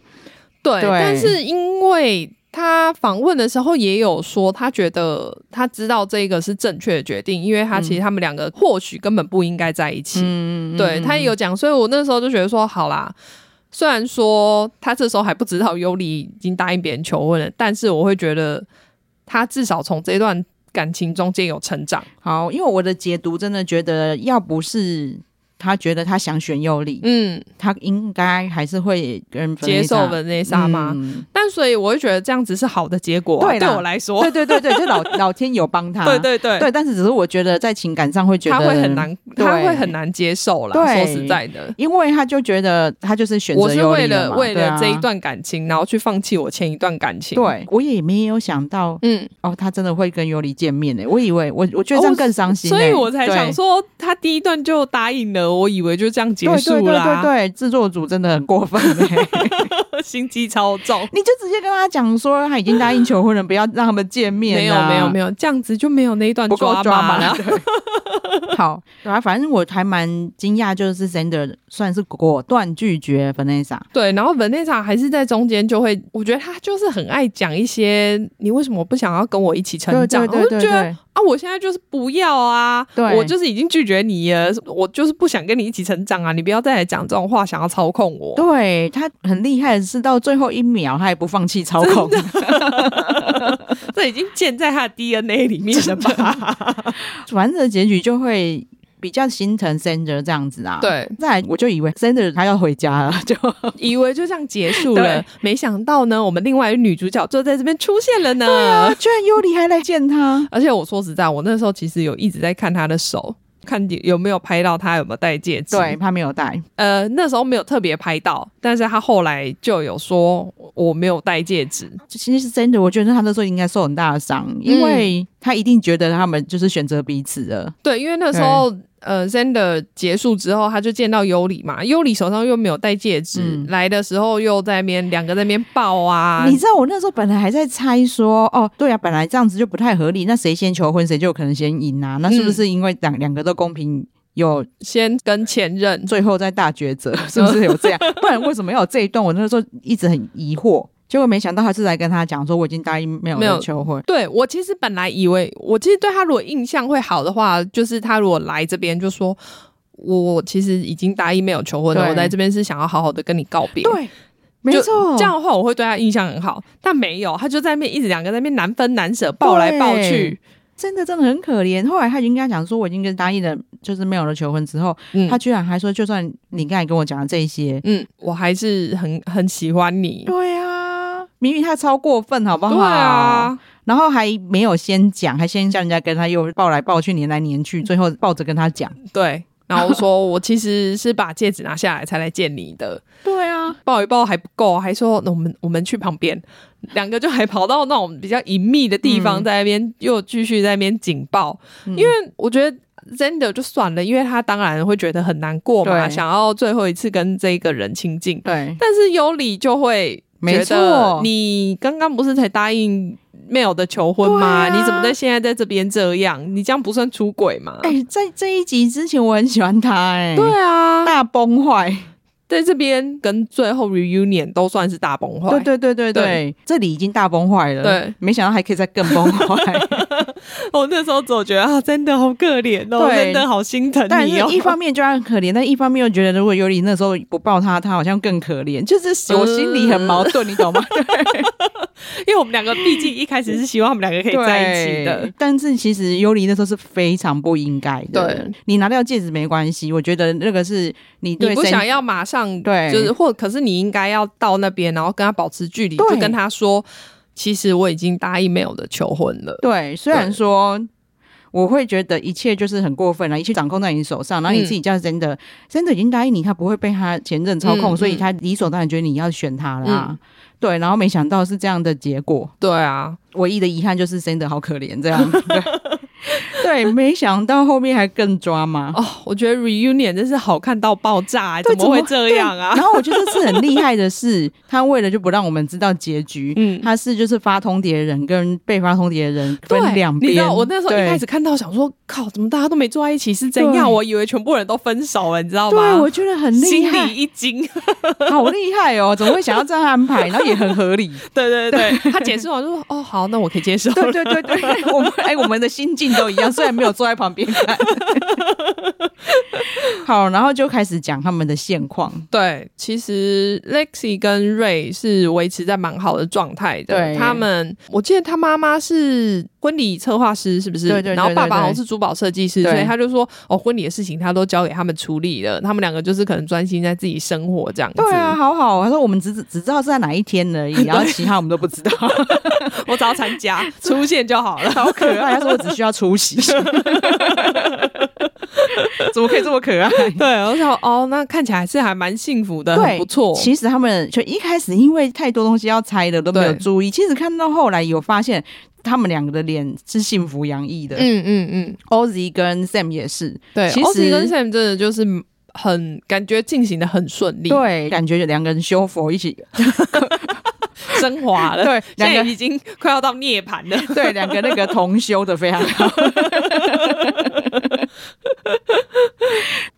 Speaker 1: 对，
Speaker 2: 对
Speaker 1: 但是因为。他访问的时候也有说，他觉得他知道这个是正确的决定，因为他其实他们两个或许根本不应该在一起。
Speaker 2: 嗯，
Speaker 1: 对他也有讲，所以我那时候就觉得说，好啦，虽然说他这时候还不知道尤里已经答应别人求婚了，但是我会觉得他至少从这段感情中间有成长。
Speaker 2: 好，因为我的解读真的觉得，要不是他觉得他想选尤里，
Speaker 1: 嗯，
Speaker 2: 他应该还是会跟
Speaker 1: 接受
Speaker 2: Vanessa
Speaker 1: 文内莎吗？
Speaker 2: 嗯
Speaker 1: 但所以我会觉得这样子是好的结果啊、
Speaker 2: 对啦
Speaker 1: 对我来说，
Speaker 2: 对对对对，就老老天有帮他，
Speaker 1: 对 [LAUGHS] 对对
Speaker 2: 对，但是只是我觉得在情感上会觉得
Speaker 1: 他会很，难，
Speaker 2: 对
Speaker 1: 他会很难接受啦。
Speaker 2: 对
Speaker 1: 说实在的，
Speaker 2: 因为他就觉得他就是选择
Speaker 1: 我是
Speaker 2: 尤
Speaker 1: 为
Speaker 2: 里
Speaker 1: 了
Speaker 2: 嘛
Speaker 1: 为
Speaker 2: 对
Speaker 1: 了
Speaker 2: 啊
Speaker 1: 这一段感情，然后去放弃我前一段感情。，
Speaker 2: 对我也没有想到
Speaker 1: 嗯，
Speaker 2: 哦，他真的会跟尤里见面欸呢。我以为我我觉得这
Speaker 1: 哦
Speaker 2: 样更伤心欸、
Speaker 1: 所以我才
Speaker 2: 对
Speaker 1: 想说，他第一段就答应了，我以为就这样结
Speaker 2: 对
Speaker 1: 束
Speaker 2: 对对
Speaker 1: 啦
Speaker 2: 对，对，制作组真的很过分、欸。
Speaker 1: 心机超重。
Speaker 2: 你就直接跟他讲说他已经答应求婚了，不要让他们见面、
Speaker 1: 没有没有没
Speaker 2: 有，
Speaker 1: 有，这样子就没有那一
Speaker 2: [LAUGHS]
Speaker 1: 段
Speaker 2: 不够
Speaker 1: 抓
Speaker 2: 抓马
Speaker 1: 了。
Speaker 2: 对 [LAUGHS] 好，对啊，反正我还蛮惊讶，就是 Sander 算是果断拒绝 Vanessa。
Speaker 1: [LAUGHS] 对，然后 Vanessa 还是在中间就会，我觉得他就是很爱讲一些你为什么不想要跟我一起成
Speaker 2: 对
Speaker 1: 长，
Speaker 2: 对对对
Speaker 1: 我就觉得
Speaker 2: 对，
Speaker 1: 啊，我现在就是不要啊，
Speaker 2: 对
Speaker 1: 我就是已经拒绝你了，我就是不想跟你一起成长啊，你不要再来讲这种话，想要操控我。
Speaker 2: 对他很厉害的是，到最后一秒他也不放弃操控。
Speaker 1: 这已经建在他的 DNA 里面了吧？
Speaker 2: 反正的结局就会比较心疼 Sander 这样子啊。，
Speaker 1: 对，
Speaker 2: 再来我就以为 Sander 他要回家了，就
Speaker 1: 以为就这样结束了
Speaker 2: 对，
Speaker 1: 没想到呢，我们另外一个女主角就在这边出现了呢。
Speaker 2: 啊居然尤里还来见他。
Speaker 1: 而且我说实在，我那时候其实有一直在看她的手，看有没有拍到她有没有戴戒指。
Speaker 2: [LAUGHS] 对，他没有带，
Speaker 1: 呃，那时候没有特别拍到，但是她后来就有说我没有戴戒指。
Speaker 2: 其实是真的，我觉得他那时候应该受很大的伤，因
Speaker 1: 嗯
Speaker 2: 为他一定觉得他们就是选择彼此了。
Speaker 1: 对，因为那时候呃，Zander 结束之后，他就见到尤里嘛，尤里手上又没有戴戒指，
Speaker 2: 嗯
Speaker 1: 来的时候又在那边两个在那边抱啊
Speaker 2: 你。知道我那时候本来还在猜说，哦，对啊，本来这样子就不太合理，那谁先求婚谁就有可能先赢
Speaker 1: 嗯
Speaker 2: 啊？那是不是因为两两个都公平？有
Speaker 1: 先跟前任，
Speaker 2: 最后再大抉择， [LAUGHS] 是不是有这
Speaker 1: [LAUGHS]
Speaker 2: 样？不然为什么要有这一段？我那时候一直很疑惑，结果没想到他是来跟他讲说我已经答应没有
Speaker 1: 没有
Speaker 2: 了求婚。
Speaker 1: 对我其实本来以为，我其实对他如果印象会好的话，就是他如果来这边就说，我其实已经答应没有求婚了，
Speaker 2: 对
Speaker 1: 我在这边是想要好好的跟你告别。
Speaker 2: 对，没
Speaker 1: 就
Speaker 2: 错，
Speaker 1: 这样的话我会对他印象很好，但没有，他就在那边一直两个在那边难分难舍，抱来抱去。
Speaker 2: 真的真的很可怜。后来他已经跟他讲说我已经跟答应了，就是没有了求婚之后，
Speaker 1: 嗯
Speaker 2: 他，居然还说，就算你刚才跟我讲的这一些，
Speaker 1: 嗯，我还是很很喜欢你。
Speaker 2: 对啊，明明他超过分，好不好？
Speaker 1: 对，啊，
Speaker 2: 然后还没有先讲，还先叫人家跟他又抱来抱去，黏来黏
Speaker 1: 嗯
Speaker 2: 去，最后抱着跟他讲。
Speaker 1: 对，然后说我其实是把戒指拿下来才来见你的，
Speaker 2: 对啊，
Speaker 1: 抱一抱还不够，还说那我们我们去旁边，两个就还跑到那种比较隐秘的地
Speaker 2: 嗯
Speaker 1: 方，在那边、又继续在那边警报，因为我觉得。真的就算了，因为他当然会觉得很难过嘛，
Speaker 2: 对
Speaker 1: 想要最后一次跟这个人亲近。
Speaker 2: 对，
Speaker 1: 但是尤里就会
Speaker 2: 没
Speaker 1: 觉
Speaker 2: 错
Speaker 1: 得你刚刚不是才答应 Mel 的求婚吗？
Speaker 2: 对啊
Speaker 1: 你怎么在现在在这边这样？你这样不算出轨吗？
Speaker 2: 哎、在这一集之前我很喜欢他、哎，
Speaker 1: 对啊，
Speaker 2: 大崩坏，
Speaker 1: 在这边跟最后 reunion 都算是大崩坏。
Speaker 2: 对对对对对，
Speaker 1: 对
Speaker 2: 这里已经大崩坏了，
Speaker 1: 对，
Speaker 2: 没想到还可以再更崩坏。
Speaker 1: 我哦那时候总觉得啊，真的好可怜哦，
Speaker 2: 对
Speaker 1: 真的好心疼
Speaker 2: [LAUGHS] 但
Speaker 1: 你哦 [LAUGHS]
Speaker 2: 是。一方面就很可怜，但一方面又觉得如果尤里那时候不抱他，他好像更可怜，就是
Speaker 1: 嗯
Speaker 2: 我心里很矛盾，你
Speaker 1: [LAUGHS]
Speaker 2: 懂吗？
Speaker 1: 因为我们两个毕竟一开始是希望我们两个可以在一起的
Speaker 2: 对。。但是其实尤里那时候是非常不应该的。
Speaker 1: 对，
Speaker 2: 你拿掉戒指没关系，我觉得那个是你对
Speaker 1: 你不
Speaker 2: 身
Speaker 1: 想要马上
Speaker 2: 对
Speaker 1: 就是或可是你应该要到那边，然后跟他保持距离，
Speaker 2: 对
Speaker 1: 就跟他说，其实我已经答应 Mel 的求婚了。
Speaker 2: 对，虽然说。我会觉得一切就是很过分了，一切掌控在你手上，然
Speaker 1: 嗯
Speaker 2: 后你自己叫真的，真的已经答应你，他不会被他前任操控，
Speaker 1: 嗯
Speaker 2: 所以他理所当然觉得你要选他啦、对，然后没想到是这样的结果，
Speaker 1: 对啊，
Speaker 2: 唯一的遗憾就是真的好可怜这样。对，对，没想到后面还更抓嘛。
Speaker 1: 哦，我觉得 reunion 真是好看到爆炸、
Speaker 2: 对
Speaker 1: 怎么会这样啊
Speaker 2: 然？后我觉得这次很厉害的是，他为了就不让我们知道结局，
Speaker 1: 嗯，
Speaker 2: 他是就是发通牒的人跟被发通牒的人分
Speaker 1: 对，
Speaker 2: 两边。
Speaker 1: 你知道我那时候一
Speaker 2: 对
Speaker 1: 开始看到，想说靠，怎么大家都没坐在一起是怎
Speaker 2: 对
Speaker 1: 样？我以为全部人都分手了，你知道
Speaker 2: 对，
Speaker 1: 吗
Speaker 2: 我？觉得很厉
Speaker 1: 心里
Speaker 2: 害，
Speaker 1: 一惊， [LAUGHS]
Speaker 2: 好厉害哦！怎么会想要这样安排？然后也很合理。
Speaker 1: 对对对，对他解释完就说：“哦，好，那我可以接受。”
Speaker 2: 对对对对，我们哎，我们的心境都一样，虽然没有坐在旁边看。好，然后就开始讲他们的现况。
Speaker 1: [LAUGHS] 对，其实 Lexi 跟 Ray 是维持在蛮好的状态的
Speaker 2: 对。
Speaker 1: 他们，我记得他妈妈是婚礼策划师，是不是？
Speaker 2: 对对对
Speaker 1: 然后爸爸
Speaker 2: 对对
Speaker 1: 好像是珠宝设计师，
Speaker 2: 对
Speaker 1: 所以他就说，哦，婚礼的事情他都交给他们处理了，他们两个就是可能专心在自己生活这样子。
Speaker 2: 对啊，好好哦，他说我们只只知道是在哪一天 [LAUGHS] 而已，然后其他我们都不知道，
Speaker 1: [LAUGHS] 我只要参加出现就好了。
Speaker 2: [LAUGHS] 好可爱。他说我只需要出 [LAUGHS] 席，怎么可以这么可爱？
Speaker 1: [LAUGHS] 对，我想哦，那看起来是还蛮幸福的，很
Speaker 2: 对，
Speaker 1: 不错。
Speaker 2: 其实他们就一开始因为太多东西要猜的都没有
Speaker 1: 对
Speaker 2: 注意，其实看到后来有发现他们两个的脸是幸福洋溢的。
Speaker 1: 嗯嗯嗯，
Speaker 2: Ozzy 跟 Sam 也是，
Speaker 1: 对。
Speaker 2: 其
Speaker 1: Ozzy
Speaker 2: 实
Speaker 1: 跟 Sam 真的就是很感觉进行的很顺利，
Speaker 2: 对，感觉两个人修佛一 [LAUGHS] 起，
Speaker 1: 升华了。
Speaker 2: 对两
Speaker 1: 现
Speaker 2: 个
Speaker 1: 在已经快要到涅槃了。
Speaker 2: [LAUGHS] 对，两个那个同修的非常好。 [LAUGHS]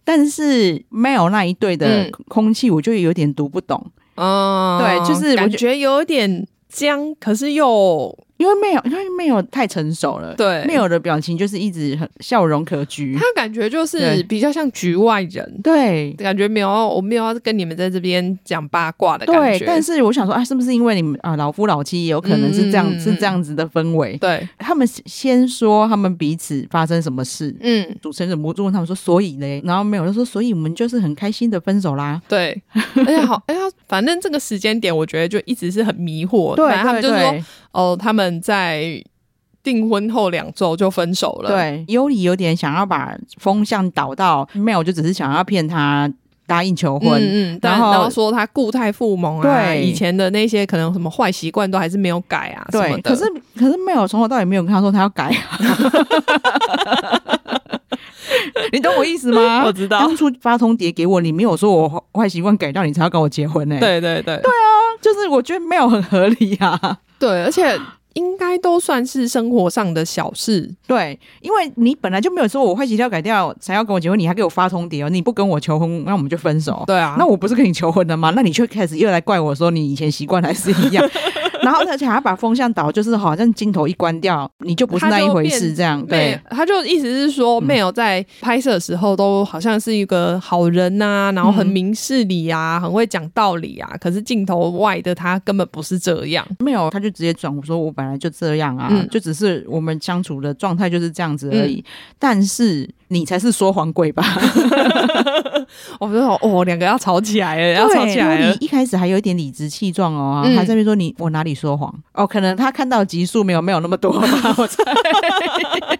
Speaker 2: 但是 Mel 那一对的
Speaker 1: 嗯
Speaker 2: 空气，我就有点读不懂，
Speaker 1: 哦，
Speaker 2: 对就是我
Speaker 1: 感
Speaker 2: 觉
Speaker 1: 觉有点僵，可是又
Speaker 2: 因为 Mel 因为 Mel 太成熟了，
Speaker 1: 对
Speaker 2: ，Mel 的表情就是一直很笑容可掬
Speaker 1: 他，感觉就
Speaker 2: 对
Speaker 1: 是比较像局外人，
Speaker 2: 对
Speaker 1: 感觉没有我没有要跟你们在这边讲八卦的感
Speaker 2: 对
Speaker 1: 觉。。
Speaker 2: 但是我想说，啊，是不是因为你们啊老夫老妻也有可能是这样、
Speaker 1: 嗯嗯嗯
Speaker 2: 是这样子的氛围？
Speaker 1: 对，
Speaker 2: 他们先说他们彼此发生什么事。
Speaker 1: 嗯，
Speaker 2: 主持人忍不住问他们说：“所以嘞？”然后 Mel 就说：“所以我们就是很开心的分手啦。”
Speaker 1: [LAUGHS] 对。而且好，哎呀，反正这个时间点，我觉得就一直是很迷惑。
Speaker 2: 对，
Speaker 1: 反正他们就
Speaker 2: 对
Speaker 1: 是说，
Speaker 2: 对
Speaker 1: 哦，他们在订婚后两周就分手了。。
Speaker 2: 对，尤里有点想要把风向导到 Mel，就只是想要骗他答应求婚。
Speaker 1: 嗯嗯，但
Speaker 2: 然
Speaker 1: 然
Speaker 2: 后
Speaker 1: 后说他固态附萌啊，
Speaker 2: 对
Speaker 1: 以前的那些可能什么坏习惯都还是没有改啊，什么
Speaker 2: 对，
Speaker 1: 的。
Speaker 2: 可是可是 Mel 从头到尾没有跟他说他要改、
Speaker 1: [LAUGHS]
Speaker 2: 啊，你懂我意思吗？
Speaker 1: 我知道
Speaker 2: 当初发通牒给我，你没有说我坏习惯改掉，你才要跟我结婚呢、，
Speaker 1: 对对啊对，
Speaker 2: 啊就是我觉得 Mel 很合理啊。
Speaker 1: 对，而且应该都算是生活上的小事。
Speaker 2: 对，因为你本来就没有说我坏习惯要改掉才要跟我结婚，你还给我发通牒哦，你不跟我求婚，那我们就分手。
Speaker 1: 对啊，
Speaker 2: 哦那我不是跟你求婚的吗？那你却开始又来怪我说你以前习惯还是一
Speaker 1: [LAUGHS]
Speaker 2: 样，然后而且还把风向导，就是好像镜头一关掉，你就不是那一回事，这样对
Speaker 1: 妹，他就意思是说，
Speaker 2: 嗯
Speaker 1: 妹友在拍摄的时候都好像是一个好人呐、然后很明事理啊，很会讲道理啊。可是镜头外的他根本不是这样。
Speaker 2: 没有，他就直接转说，我本来就这样啊，
Speaker 1: 嗯
Speaker 2: 就只是我们相处的状态就是这样子而已。但是你才是说谎鬼
Speaker 1: [LAUGHS]
Speaker 2: 吧？ [LAUGHS]
Speaker 1: 我就说哦，两个要吵起来了，要吵起来
Speaker 2: 啊因为
Speaker 1: 了
Speaker 2: 你。一开始还有一点理直气壮哦，
Speaker 1: 嗯
Speaker 2: 还在那边说你我哪里说谎哦，可能他看到集数没有没有那么多
Speaker 1: [LAUGHS]
Speaker 2: 吧，我猜。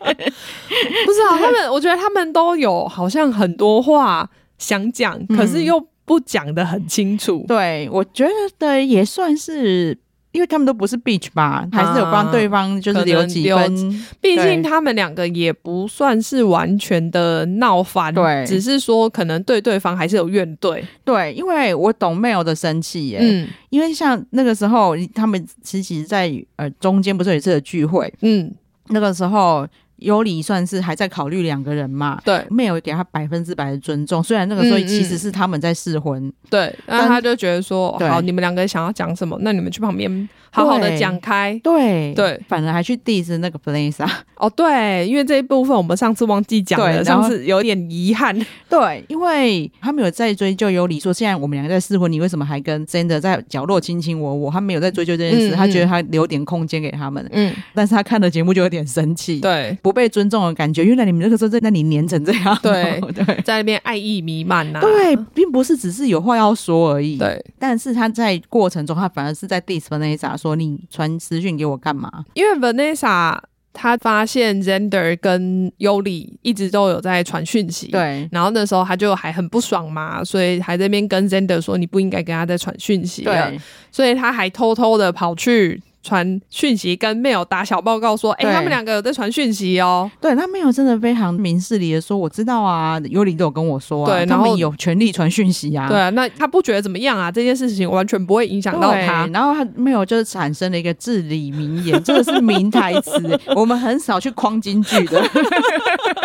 Speaker 1: 不是啊，他们我觉得他们都有好像很多话想讲，可
Speaker 2: 嗯
Speaker 1: 是又不讲的很清楚。
Speaker 2: 对，我觉得也算是。因为他们都不是 beach 吧，还是有帮对方就是留几
Speaker 1: 啊可
Speaker 2: 分
Speaker 1: 能，毕
Speaker 2: 对
Speaker 1: 竟他们两个也不算是完全的闹翻，
Speaker 2: 对
Speaker 1: 只是说可能对对方还是有怨怼。
Speaker 2: 对，因为我懂 Mel 的生气耶，
Speaker 1: 嗯
Speaker 2: 因为像那个时候他们其实在呃中间不是有一次的聚会，
Speaker 1: 嗯，
Speaker 2: 那个时候尤里算是还在考虑两个人嘛。
Speaker 1: 对
Speaker 2: 没有给他百分之百的尊重，虽然那个时候
Speaker 1: 嗯嗯
Speaker 2: 其实是他们在试婚，
Speaker 1: 对，那
Speaker 2: 但
Speaker 1: 他就觉得说，
Speaker 2: 对
Speaker 1: 好，你们两个想要讲什么，那你们去旁边好好的
Speaker 2: 对
Speaker 1: 讲开。
Speaker 2: 对
Speaker 1: 对，
Speaker 2: 反而还去 diss 那个 Vanessa，
Speaker 1: 哦，对，因为这一部分我们上次忘记讲了，
Speaker 2: 对然
Speaker 1: 上
Speaker 2: 后
Speaker 1: 次有点遗憾。
Speaker 2: 对，因为他没有在追究尤里说，现在我们两个在试婚，你为什么还跟 Zander 在角落卿卿我我？他没有在追究这件事，
Speaker 1: 嗯
Speaker 2: 他
Speaker 1: 嗯
Speaker 2: 觉得他留点空间给他们，
Speaker 1: 嗯，
Speaker 2: 但是他看了节目就有点生气，，
Speaker 1: 对，
Speaker 2: 不被尊重的感觉。原来你们那个时候在那里黏成这样哦，
Speaker 1: 对
Speaker 2: [LAUGHS] 对。
Speaker 1: 在那边爱意弥漫呐、
Speaker 2: 对，并不是只是有话要说而已。，
Speaker 1: 对，
Speaker 2: 但是他在过程中，他反而是在 diss Vanessa 说：“你传私讯给我干嘛
Speaker 1: 因为 Vanessa 她发现 Zander 跟 Yuli 一直都有在传讯息，？”。
Speaker 2: 对，
Speaker 1: 然后那时候她就还很不爽嘛，所以还在那边跟 Zander 说你不应该跟他再传讯息了，
Speaker 2: 对，
Speaker 1: 所以她还偷偷的跑去传讯息跟 Mail 打小报告说，哎、
Speaker 2: 对
Speaker 1: 他们两个有在传讯息哦，
Speaker 2: 对他没有真的非常明事理的说，我知道啊，尤里都有跟我说啊，
Speaker 1: 对
Speaker 2: 他
Speaker 1: 然后
Speaker 2: 们有权利传讯息啊，
Speaker 1: 对啊，那她不觉得怎么样啊？这件事情完全不会影响到
Speaker 2: 对
Speaker 1: 她。
Speaker 2: 然后他没有就是产生了一个至理名言，这个是名台词，
Speaker 1: [LAUGHS]
Speaker 2: 我们很少去框京剧的。
Speaker 1: [LAUGHS]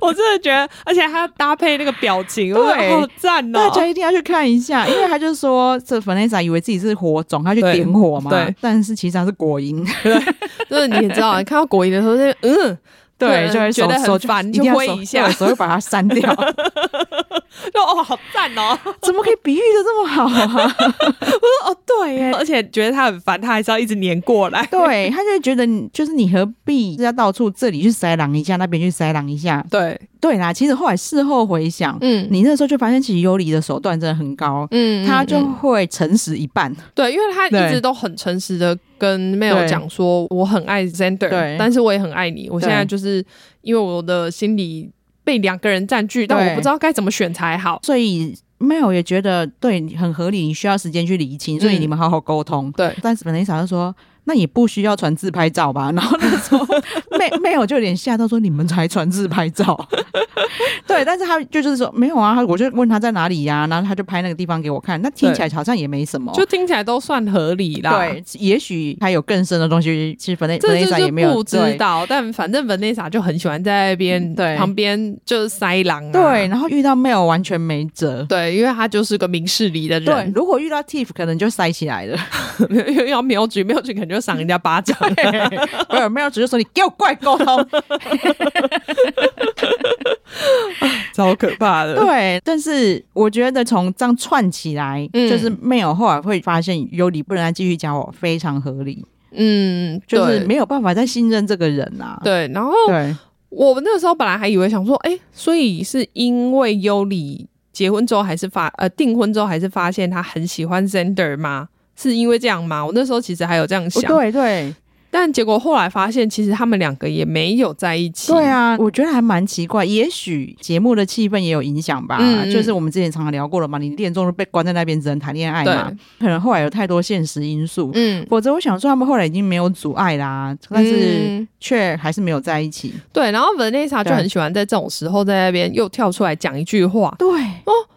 Speaker 1: 我真的觉得，而且她搭配那个表情，我觉得
Speaker 2: 对
Speaker 1: 好赞
Speaker 2: 大
Speaker 1: 哦、
Speaker 2: 家一定要去看一下，因为他就说这 Vanessa 以为自己是火种，他去
Speaker 1: 对
Speaker 2: 点火嘛，
Speaker 1: 对，
Speaker 2: 但是其实他是果蝇，
Speaker 1: 就是你也知道，你看到果蝇的时候就，
Speaker 2: [LAUGHS]
Speaker 1: 嗯， [LAUGHS] 对
Speaker 2: 就会
Speaker 1: 觉
Speaker 2: 手
Speaker 1: 得很
Speaker 2: 手就
Speaker 1: 烦
Speaker 2: 一定要
Speaker 1: 就挥
Speaker 2: 手
Speaker 1: 一下
Speaker 2: 对手会把它删掉，
Speaker 1: [LAUGHS] 就哦，好赞
Speaker 2: [LAUGHS]
Speaker 1: 哦、
Speaker 2: 怎么可以比喻的这么好
Speaker 1: [LAUGHS]
Speaker 2: 啊？
Speaker 1: 哦，对耶， [LAUGHS] 而且觉得他很烦，他还是要一直黏过来。
Speaker 2: 对，他就会觉得你就是你何必要到处这里去塞狼一下，那边去塞狼一下？
Speaker 1: 对，
Speaker 2: [LAUGHS] 对啦，其实后来事后回想，
Speaker 1: 嗯
Speaker 2: 你那时候就发现，其实尤里的手段真的很高，
Speaker 1: 嗯
Speaker 2: 他就会诚实一半。
Speaker 1: 对，因为他一直都很诚实的跟 Mail
Speaker 2: 对
Speaker 1: 讲说，我很爱 Zander，
Speaker 2: 对
Speaker 1: 但是我也很爱你。我现在
Speaker 2: 对
Speaker 1: 就是因为我的心里被两个人占据，但
Speaker 2: 对哦
Speaker 1: 我不知道该怎么选才好。
Speaker 2: 所以 Mel 也觉得对你很合理，你需要时间去理清，所以
Speaker 1: 嗯
Speaker 2: 你们好好沟通。
Speaker 1: 对
Speaker 2: 但是本来想就说，那也不需要传自拍照吧？然 [LAUGHS] 后那时候 Mel Mel 就有点吓到说，你们才传自拍照？ [LAUGHS] 对，但是他就就是说没有啊，我就问他在哪里呀、然后他就拍那个地方给我看，那听起来好像也没什么。
Speaker 1: 就听起来都算合理啦。。
Speaker 2: 对，也许还有更深的东西，其实本来本
Speaker 1: 这
Speaker 2: 来
Speaker 1: 就
Speaker 2: 想也
Speaker 1: 是
Speaker 2: 没有
Speaker 1: 不知
Speaker 2: 对嗯
Speaker 1: 道，啊但反正 Vanessa 就很喜欢在那边
Speaker 2: 对
Speaker 1: 旁边就是塞狼、啊，
Speaker 2: 对，然后遇到 Mel 完全没辙。
Speaker 1: 对，因为他就是个明事理的
Speaker 2: 对，
Speaker 1: 人，
Speaker 2: 如果遇到 Tiff，可能就塞起来了。
Speaker 1: [LAUGHS] 因为要瞄准瞄准，可能就赏人家巴掌。
Speaker 2: [LAUGHS] 没有，没有，只是说你给我过来沟
Speaker 1: [LAUGHS]
Speaker 2: 通。
Speaker 1: 超可怕的。
Speaker 2: 对，但是我觉得从这样串起来，
Speaker 1: 嗯
Speaker 2: 就是没有后来会发现尤里不能再继续交往，非常合理，
Speaker 1: 嗯，
Speaker 2: 就
Speaker 1: 对
Speaker 2: 是没有办法再信任这个人啦、啊。
Speaker 1: 对。哦然后
Speaker 2: 对
Speaker 1: 我们那个时候本来还以为想说，哎、所以是因为尤里结婚之后还是发呃订婚之后还是发现他很喜欢 Zander 吗？是因为这样吗？我那时候其实还有这样想，
Speaker 2: 哦对对
Speaker 1: 但结果后来发现，其实他们两个也没有在一起。
Speaker 2: 对，啊，我觉得还蛮奇怪，也许节目的气氛也有影响吧。
Speaker 1: 嗯嗯
Speaker 2: 就是我们之前常常聊过了嘛，你恋综被关在那边只能谈恋爱嘛
Speaker 1: 对，
Speaker 2: 可能后来有太多现实因素。
Speaker 1: 嗯，
Speaker 2: 否则，我想说他们后来已经没有阻碍啦，但是
Speaker 1: 嗯
Speaker 2: 却还是没有在一起。
Speaker 1: 对，然后 Vanessa 就
Speaker 2: 对
Speaker 1: 很喜欢在这种时候在那边又跳出来讲一句话
Speaker 2: 对，：“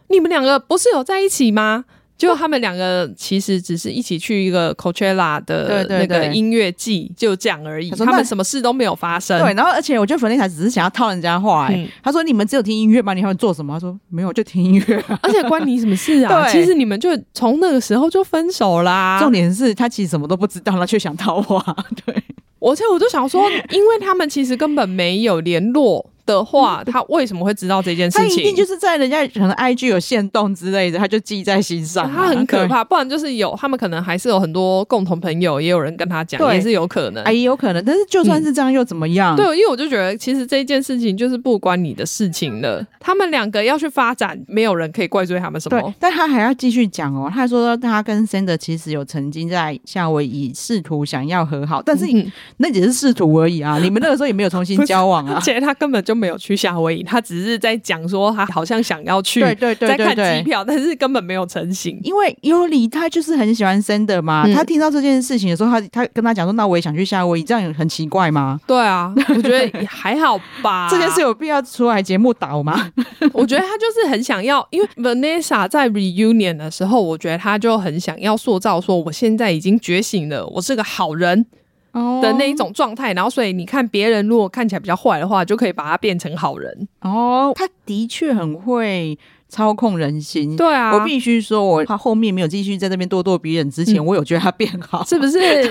Speaker 1: 你们两个不是有在一起吗？”就他们两个其实只是一起去一个 Coachella 的
Speaker 2: 对对
Speaker 1: 那个
Speaker 2: 对
Speaker 1: 音乐季，就这样而已。
Speaker 2: 他说
Speaker 1: 他们
Speaker 2: 那
Speaker 1: 什么事都没有发生。
Speaker 2: 对，然后而且我觉得粉丽塔只是想要套人家话、欸，
Speaker 1: 嗯
Speaker 2: 他说你们只有听音乐吗？你还会做什么？他说没有，就听音
Speaker 1: [LAUGHS]
Speaker 2: 乐、啊。
Speaker 1: 而且关你什么事
Speaker 2: [LAUGHS]
Speaker 1: 啊？
Speaker 2: 对
Speaker 1: 其实你们就从那个时候就分手啦。
Speaker 2: 重点是他其实什么都不知道，他却想套话。对 [LAUGHS]
Speaker 1: 而且我就想说，因为他们其实根本没有联络，
Speaker 2: [LAUGHS]
Speaker 1: 的话，他为什么会知道这件事
Speaker 2: 他一
Speaker 1: 情？
Speaker 2: 定就是在人家可能 IG 有限动之类的，他就记在心上啊、
Speaker 1: 他很可怕，不然就是有他们可能还是有很多共同朋友，也有人跟他讲，
Speaker 2: 对
Speaker 1: 也是有可
Speaker 2: 对。
Speaker 1: 能
Speaker 2: 哎，有可能，但是就算是这样又怎么样？
Speaker 1: 对，因为我就觉得其实这件事情就是不关你的事情了，他们两个要去发展，没有人可以怪罪他们什
Speaker 2: 对
Speaker 1: 么。，
Speaker 2: 但他还要继续讲哦。他说他跟 Sander 其实有曾经在夏威夷试图想要和好，但是
Speaker 1: 嗯哼
Speaker 2: 那只是试图而已啊。你们那个时候也没有
Speaker 1: [LAUGHS]
Speaker 2: 重新交往
Speaker 1: 而
Speaker 2: 啊。
Speaker 1: 且他根本就没有去夏威夷，他只是在讲说他好像想要去，
Speaker 2: 对对对对
Speaker 1: 在看
Speaker 2: 对
Speaker 1: 机。票，但是根本没有成型。
Speaker 2: 因为尤里他就是很喜欢 Sander 嘛，
Speaker 1: 嗯
Speaker 2: 他听到这件事情的时候，他他跟他讲说，那我也想去夏威夷，这样有很奇怪吗？
Speaker 1: 对 [LAUGHS] 啊，我觉得也还好吧。
Speaker 2: [LAUGHS] 这件事有必要出来节目导吗？
Speaker 1: 我觉得他就是很想要，因为 Vanessa 在 reunion 的时候，我觉得他就很想要塑造说，我现在已经觉醒了，我是个好人
Speaker 2: [LAUGHS] 哦
Speaker 1: 的那一种状态。然后，所以你看别人如果看起来比较坏的话，就可以把他变成好人。
Speaker 2: 哦，他的确很会操控人心。、
Speaker 1: 对啊，
Speaker 2: 我必须说，我他后面没有继续在这边咄咄逼人之前，
Speaker 1: 嗯
Speaker 2: 我有觉得他变
Speaker 1: [LAUGHS]
Speaker 2: 好。
Speaker 1: 是不是？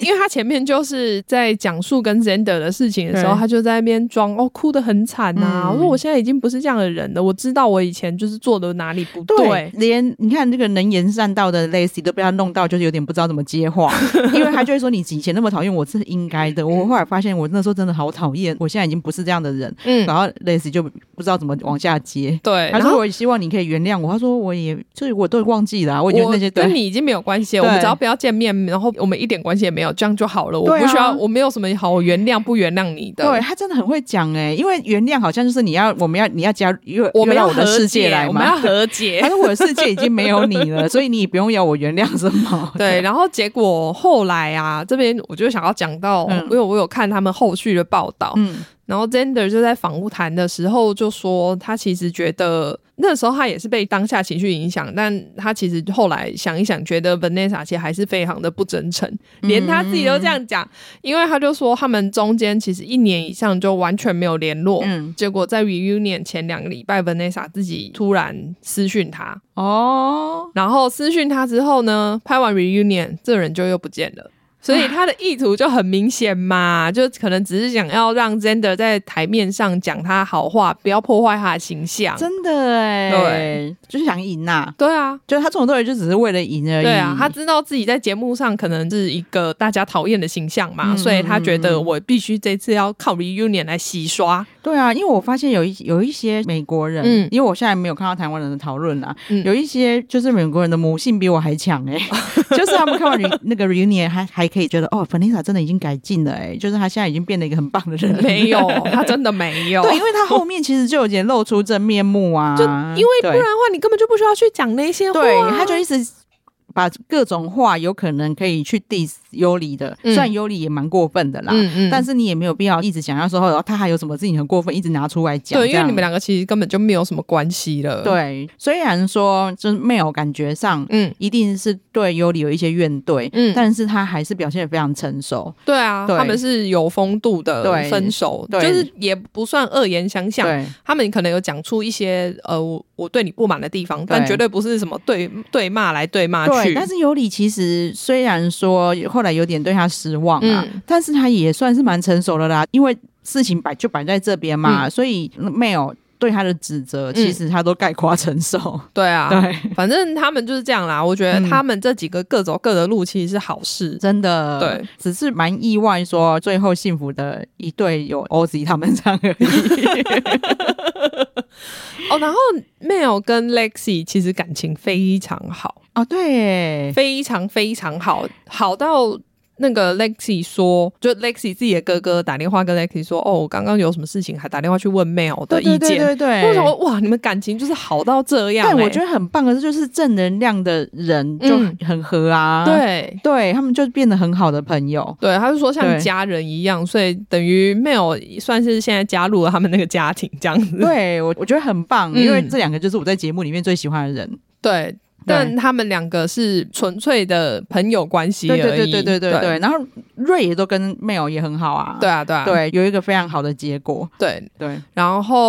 Speaker 1: 因为他前面就是在讲述跟 Zander 的事情的时候，
Speaker 2: 对
Speaker 1: 他就在那边装哦，哭得很惨呐、
Speaker 2: 嗯
Speaker 1: 我说我现在已经不是这样的人了，我知道我以前就是做的哪里不对。
Speaker 2: 连你看这个能言善道的 Lacy 都被他弄到，就是有点不知道怎么接
Speaker 1: [LAUGHS]
Speaker 2: 话，因为他就会说你以前那么讨厌我是应该的。我后来发现我那时候真的好讨厌，我现在已经不是这样的人。
Speaker 1: 嗯，
Speaker 2: 然后 Lacy 就不知道怎么往下接。
Speaker 1: 对。
Speaker 2: 他
Speaker 1: 然
Speaker 2: 说：“
Speaker 1: 后
Speaker 2: 我也希望你可以原谅我。”他说：“我也，就是我都忘记了、啊，我已经那些
Speaker 1: 跟
Speaker 2: 对
Speaker 1: 你已经没有关系了，
Speaker 2: 对
Speaker 1: 我们只要不要见面，然后我们一点关系也没有，这样就好了。我
Speaker 2: 对啊
Speaker 1: 不需要，我没有什么好原谅不原谅你的。
Speaker 2: 对，他真的很会讲哎、因为原谅好像就是你要，我们要你要加入，因为
Speaker 1: 我们
Speaker 2: 要
Speaker 1: 要
Speaker 2: 我的
Speaker 1: 和
Speaker 2: 世界
Speaker 1: 解，
Speaker 2: 来
Speaker 1: 我们要
Speaker 2: 嘛。
Speaker 1: 和
Speaker 2: 他 [LAUGHS]
Speaker 1: 解。
Speaker 2: 说我的世界已经没有你了，所以你也不用要我原谅什么。
Speaker 1: [LAUGHS] 对，然后结果后来啊，这边我就想要讲到，
Speaker 2: 嗯
Speaker 1: 因为我有看他们后续的报道，
Speaker 2: 嗯，
Speaker 1: 然后 Zander 就在访谈的时候就说，他其实觉得那时候他也是被当下情绪影响，但他其实后来想一想，觉得 Vanessa 其实还是非常的不真诚，连他自己都这样讲，因为他就说他们中间其实一年以上就完全没有联络。
Speaker 2: 嗯，
Speaker 1: 结果在 reunion 前两个礼拜，Vanessa 自己突然私讯他，
Speaker 2: 哦，
Speaker 1: 然后私讯他之后呢，拍完 reunion，这人就又不见了。所以他的意图就很明显嘛，就可能只是想要让 Zander 在台面上讲他好话，不要破坏他的形象。
Speaker 2: 真的哎、
Speaker 1: 对，
Speaker 2: 就是想赢呐、
Speaker 1: 对啊，
Speaker 2: 就是他这种东西就只是为了赢而已。
Speaker 1: 对啊，他知道自己在节目上可能是一个大家讨厌的形象嘛，
Speaker 2: 嗯
Speaker 1: 所以他觉得我必须这次要靠 reunion 来洗 [LAUGHS] 刷。
Speaker 2: 对啊，因为我发现有一有一些美国人，
Speaker 1: 嗯
Speaker 2: 因为我现在没有看到台湾人的讨论啦，
Speaker 1: 嗯
Speaker 2: 有一些就是美国人的母性比我还强哎、 [LAUGHS] 就是他们看完 re- 那个 reunion 还还可以觉得哦，Vanessa 真的已经改进了哎、就是他现在已经变得一个很棒的人了。
Speaker 1: 没有，他真的没有。
Speaker 2: [LAUGHS] 对，因为他后面其实就有点露出真面目啊，
Speaker 1: 就因为不
Speaker 2: 对
Speaker 1: 然的话，你根本就不需要去讲那些话啊。
Speaker 2: 对，他就一直把各种话有可能可以去 diss 尤里的，
Speaker 1: 嗯
Speaker 2: 虽然尤里也蛮过分的啦，
Speaker 1: 嗯嗯，
Speaker 2: 但是你也没有必要一直想要说，哦，他还有什么事情很过分，一直拿出来讲。
Speaker 1: 对，因
Speaker 2: 这
Speaker 1: 为
Speaker 2: 样
Speaker 1: 你们两个其实根本就没有什么关系了。，
Speaker 2: 对，虽然说就是 Mel 感觉上
Speaker 1: 嗯
Speaker 2: 一定是对尤里有一些怨怼，
Speaker 1: 嗯，
Speaker 2: 但是他还是表现的非常成熟。
Speaker 1: 对啊，
Speaker 2: 对
Speaker 1: 他们是有风度的
Speaker 2: 对
Speaker 1: 分手，
Speaker 2: 对
Speaker 1: 就是也不算恶言相向。
Speaker 2: 对
Speaker 1: 他们可能有讲出一些呃，我我对你不满的地方，但
Speaker 2: 对
Speaker 1: 绝对不是什么对对骂来对骂
Speaker 2: 对，
Speaker 1: 去。
Speaker 2: 但是尤里其实虽然说后来有点对他失望啊，
Speaker 1: 嗯
Speaker 2: 但是他也算是蛮成熟的啦，因为事情摆就摆在这边嘛，
Speaker 1: 嗯
Speaker 2: 所以 Mel 对他的指责其实他都概括承受。
Speaker 1: 对嗯啊，
Speaker 2: 对， [LAUGHS]
Speaker 1: 反正他们就是这样啦。我觉得
Speaker 2: 嗯
Speaker 1: 他们这几个各走各的路，其实是好事。
Speaker 2: 真的，
Speaker 1: 对，
Speaker 2: 只是蛮意外，说最后幸福的一对有 OZ 他们这样而已。
Speaker 1: [LAUGHS] 哦，然后 Mel 跟 Lexi 其实感情非常好，
Speaker 2: 哦，对耶，
Speaker 1: 非常非常好，好到那个 Lexi 说，就 Lexi 自己的哥哥打电话跟 Lexi 说，哦，我刚刚有什么事情，还打电话去问 Mel 的
Speaker 2: 对
Speaker 1: 意见。
Speaker 2: 对对对对，
Speaker 1: 为什么哇？你们感情就是好到这样、欸？
Speaker 2: 但我觉得很棒的，这就是正能量的人就
Speaker 1: 嗯
Speaker 2: 很合啊，
Speaker 1: 对
Speaker 2: 对，他们就变得很好的朋友。
Speaker 1: 对，他就说
Speaker 2: 对
Speaker 1: 像家人一样，所以等于 Mel 算是现在加入了他们那个家庭这样子。
Speaker 2: 对我我觉得很棒，
Speaker 1: 嗯
Speaker 2: 因为这两个就是我在节目里面最喜欢的人。
Speaker 1: 对，但他们两个是纯粹的朋友关系而
Speaker 2: 对
Speaker 1: 已。
Speaker 2: 对对对对对
Speaker 1: 对
Speaker 2: 对，然后瑞也都跟 Mel 也很好啊，
Speaker 1: 对啊对啊对
Speaker 2: 对，有一个非常好的结果。
Speaker 1: 对。
Speaker 2: 对，
Speaker 1: 然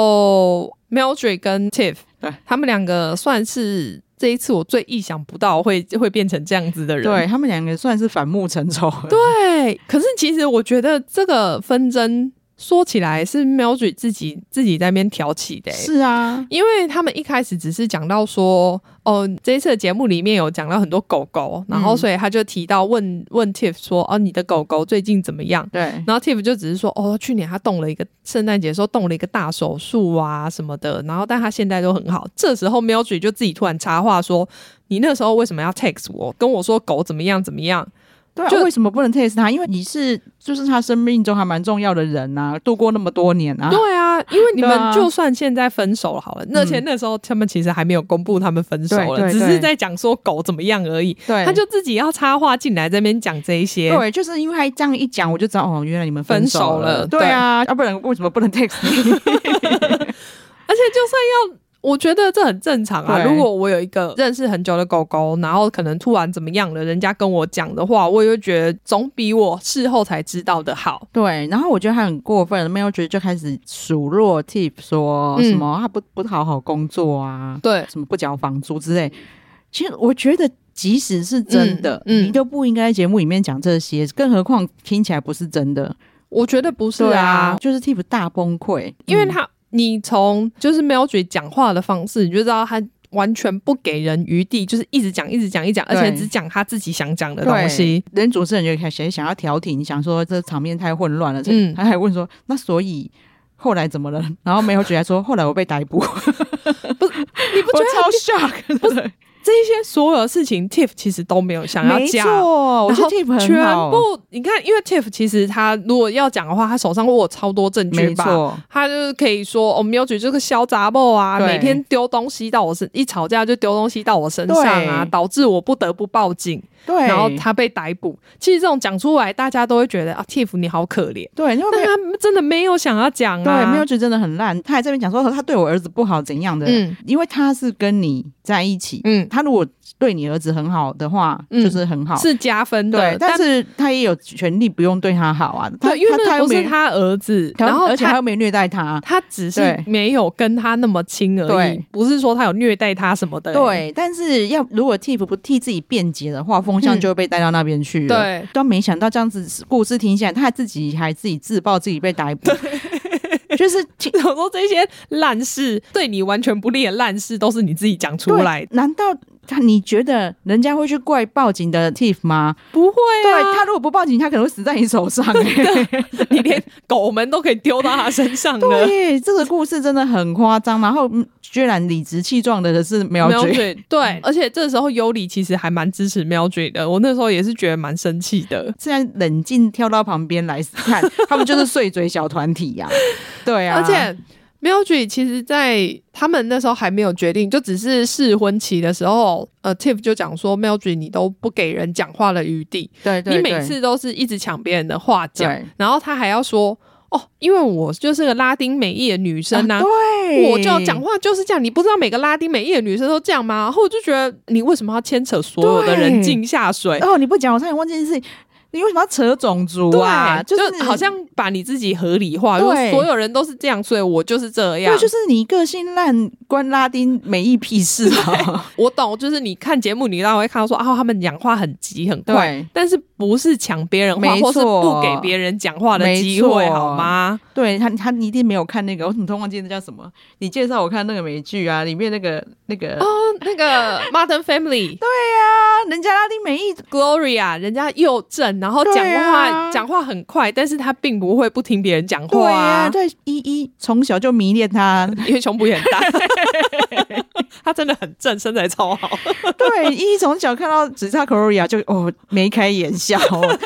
Speaker 1: 后 Mildred 跟 Tiff，
Speaker 2: 对
Speaker 1: 他们两个算是这一次我最意想不到会会变成这样子的人。
Speaker 2: 对他们两个算是反目成仇。对，
Speaker 1: 对，可是其实我觉得这个纷争说起来是 Mildred 自己自己在那边挑起的、欸，
Speaker 2: 是啊，
Speaker 1: 因为他们一开始只是讲到说，哦，这一次的节目里面有讲到很多狗狗，然
Speaker 2: 嗯
Speaker 1: 后所以他就提到问问 Tiff 说，哦，你的狗狗最近怎么样？
Speaker 2: 对，
Speaker 1: 然后 Tiff 就只是说，哦，去年他动了一个圣诞节的时候动了一个大手术啊什么的，然后但他现在都很好。这时候 Mildred 就自己突然插话说，你那时候为什么要 text 我，跟我说狗怎么样怎么样？
Speaker 2: 对、啊，
Speaker 1: 就
Speaker 2: 就为什么不能 test 他？因为你是就是他生命中还蛮重要的人呐、度过那么多年啊。
Speaker 1: 对啊，因为你
Speaker 2: 对
Speaker 1: 们
Speaker 2: 啊嗯
Speaker 1: 就算现在分手了好了，那且那时候他们其实还没有公布他们分手
Speaker 2: 对对
Speaker 1: 了，只是
Speaker 2: 对
Speaker 1: 在讲说狗怎么样而已。
Speaker 2: 对，
Speaker 1: 他就自己要插话进来这边讲这一些，
Speaker 2: 对，就是因为他这样一讲，我就知道哦，原来你们
Speaker 1: 分手
Speaker 2: 手
Speaker 1: 了
Speaker 2: 对啊，要不然为什么不
Speaker 1: [LAUGHS]
Speaker 2: 能 text 你？
Speaker 1: 而且就算要，我觉得这很正常啊。
Speaker 2: 对
Speaker 1: 如果我有一个认识很久的狗狗，然后可能突然怎么样了，人家跟我讲的话，我也会觉得总比我事后才知道的好。
Speaker 2: 对，然后我觉得他很过分，没有觉得就开始数落 tip 说
Speaker 1: 嗯
Speaker 2: 什么、他不不好好工作啊，
Speaker 1: 对，
Speaker 2: 什么不缴房租之类。其实我觉得，即使是真的，
Speaker 1: 嗯嗯
Speaker 2: 你都不应该在节目里面讲这些，更何况听起来不是真的。
Speaker 1: 我觉得不是
Speaker 2: 对
Speaker 1: 啊，
Speaker 2: 就是 tip 大崩溃，
Speaker 1: 因为
Speaker 2: 嗯
Speaker 1: 他、你从就是 Mildred 讲话的方式，你就知道他。完全不给人余地，就是一直讲，一直讲，一直讲，而
Speaker 2: 对
Speaker 1: 且只讲他自己想讲的东西。，
Speaker 2: 对人主持人就开始想要调停，想说这场面太混乱了，
Speaker 1: 嗯
Speaker 2: 嗯，他还问说那所以。后来怎么了？然后没有举还说，后来我被逮捕，
Speaker 1: [LAUGHS]
Speaker 2: 我
Speaker 1: 你不觉得
Speaker 2: 超 shock，对
Speaker 1: [LAUGHS] 这些所有的事情，Tiff 其实都没有想要
Speaker 2: 没
Speaker 1: 讲？
Speaker 2: 错，哦我
Speaker 1: 然
Speaker 2: 觉
Speaker 1: 后
Speaker 2: 得 tip 很
Speaker 1: 全
Speaker 2: 好，
Speaker 1: 部你看，因为 Tiff 其实他如果要讲的话，他手上握有超多证据
Speaker 2: 没
Speaker 1: 吧。
Speaker 2: 错，
Speaker 1: 他就是可以说，我们有举这个小杂报啊，
Speaker 2: 对
Speaker 1: 每天丢东西到我身，一吵架就丢东西到我身上啊，
Speaker 2: 对
Speaker 1: 导致我不得不报警，
Speaker 2: 对，
Speaker 1: 然后他被逮捕。其实这种讲出来，大家都会觉得啊，Tiff 你好可怜，
Speaker 2: [LAUGHS] 对，因为没
Speaker 1: 但
Speaker 2: 有
Speaker 1: 他们真的没有想要讲啊，
Speaker 2: 对没有觉得真的很烂，他还在那边讲说他对我儿子不好怎样的，
Speaker 1: 嗯
Speaker 2: 因为他是跟你在一起，
Speaker 1: 嗯
Speaker 2: 他如果对你儿子很好的话，
Speaker 1: 嗯
Speaker 2: 就是很好，
Speaker 1: 是加分的
Speaker 2: 对，，但是他也有权利不用对他好啊，他
Speaker 1: 对，因为
Speaker 2: 他
Speaker 1: 那
Speaker 2: 他
Speaker 1: 个
Speaker 2: 又
Speaker 1: 不
Speaker 2: 没
Speaker 1: 是他儿子，
Speaker 2: 然
Speaker 1: 然
Speaker 2: 后
Speaker 1: 后
Speaker 2: 而且他
Speaker 1: 他
Speaker 2: 又没有虐待他。
Speaker 1: 他只是
Speaker 2: 对
Speaker 1: 没有跟他那么亲而已
Speaker 2: 对，
Speaker 1: 不是说他有虐待他什么的、
Speaker 2: 对，但是要如果 Tip 不替自己辩解的话，风向
Speaker 1: 嗯
Speaker 2: 就会被带到那边去了。，
Speaker 1: 对，
Speaker 2: 都没想到这样子故事听起来，他自己还自己自曝自己被逮捕， [LAUGHS] 就是挺
Speaker 1: 我说这些烂事对你完全不利的烂事，都是你自己讲 [LAUGHS] 出
Speaker 2: 对
Speaker 1: 来的，
Speaker 2: 难道他你觉得人家会去怪报警的 Tip 吗？
Speaker 1: 不会
Speaker 2: 对
Speaker 1: 啊，
Speaker 2: 他如果不报警，他可能会死在你手上、
Speaker 1: [LAUGHS]
Speaker 2: 欸。
Speaker 1: 你连狗门都可以丢到他身上
Speaker 2: 对
Speaker 1: 了。
Speaker 2: 耶，这个故事真的很夸张。然后嗯居然理直气壮的是苗
Speaker 1: 喵
Speaker 2: [LAUGHS] 觉，
Speaker 1: 嘴对，而且这时候尤里其实还蛮支持喵嘴的，我那时候也是觉得蛮生气的。
Speaker 2: 虽然冷静跳到旁边来看，他们就是碎嘴小团体
Speaker 1: [LAUGHS]
Speaker 2: 呀、对啊，
Speaker 1: 而且 Mildred 其实，在他们那时候还没有决定，就只是试婚期的时候，呃，Tiff 就讲说 Mildred 你都不给人讲话的余地，
Speaker 2: 对对
Speaker 1: 你每
Speaker 2: 对
Speaker 1: 次都是一直抢别人的话讲
Speaker 2: 对，
Speaker 1: 然后他还要说哦，因为我就是个拉丁美裔的女生呐、
Speaker 2: 啊对，
Speaker 1: 我就讲话就是这样，你不知道每个拉丁美裔的女生都这样吗？然后我就觉得你为什么要牵扯所有的人
Speaker 2: 对
Speaker 1: 进下水？
Speaker 2: 哦，你不讲，我差点忘记一件事情，你为什么要扯种族啊？
Speaker 1: 对，就是好像把你自己合理化，就是
Speaker 2: 对
Speaker 1: 所有人都是这样，所以我就是这样。
Speaker 2: 对，就是你个性烂，关拉丁美意屁事
Speaker 1: [LAUGHS]
Speaker 2: 啊！
Speaker 1: 我懂，就是你看节目，你当然会看到说啊，他们讲话很急很快，
Speaker 2: 对
Speaker 1: 但是不是抢别人话，
Speaker 2: 没
Speaker 1: 或是不
Speaker 2: 错
Speaker 1: 给别人讲话的
Speaker 2: 没
Speaker 1: 机会，
Speaker 2: 错
Speaker 1: 好吗？
Speaker 2: 对他，他你一定没有看那个，我怎么突然忘记那叫什么？你介绍我看那个美剧啊，里面那个那个、
Speaker 1: 哦，那 [LAUGHS] 个 Modern Family
Speaker 2: 啊，人家拉丁美意
Speaker 1: Gloria，人家又正，然后讲
Speaker 2: 对
Speaker 1: 话
Speaker 2: 啊
Speaker 1: 讲、话很快，但是他并不会不听别人讲
Speaker 2: 对
Speaker 1: 话
Speaker 2: 啊，对依依从小就迷恋他，
Speaker 1: 因为胸部也很 [LAUGHS] 大，他真的很正，身材超好。
Speaker 2: 对依依从小看到只差 Korea 就哦眉开眼笑哦，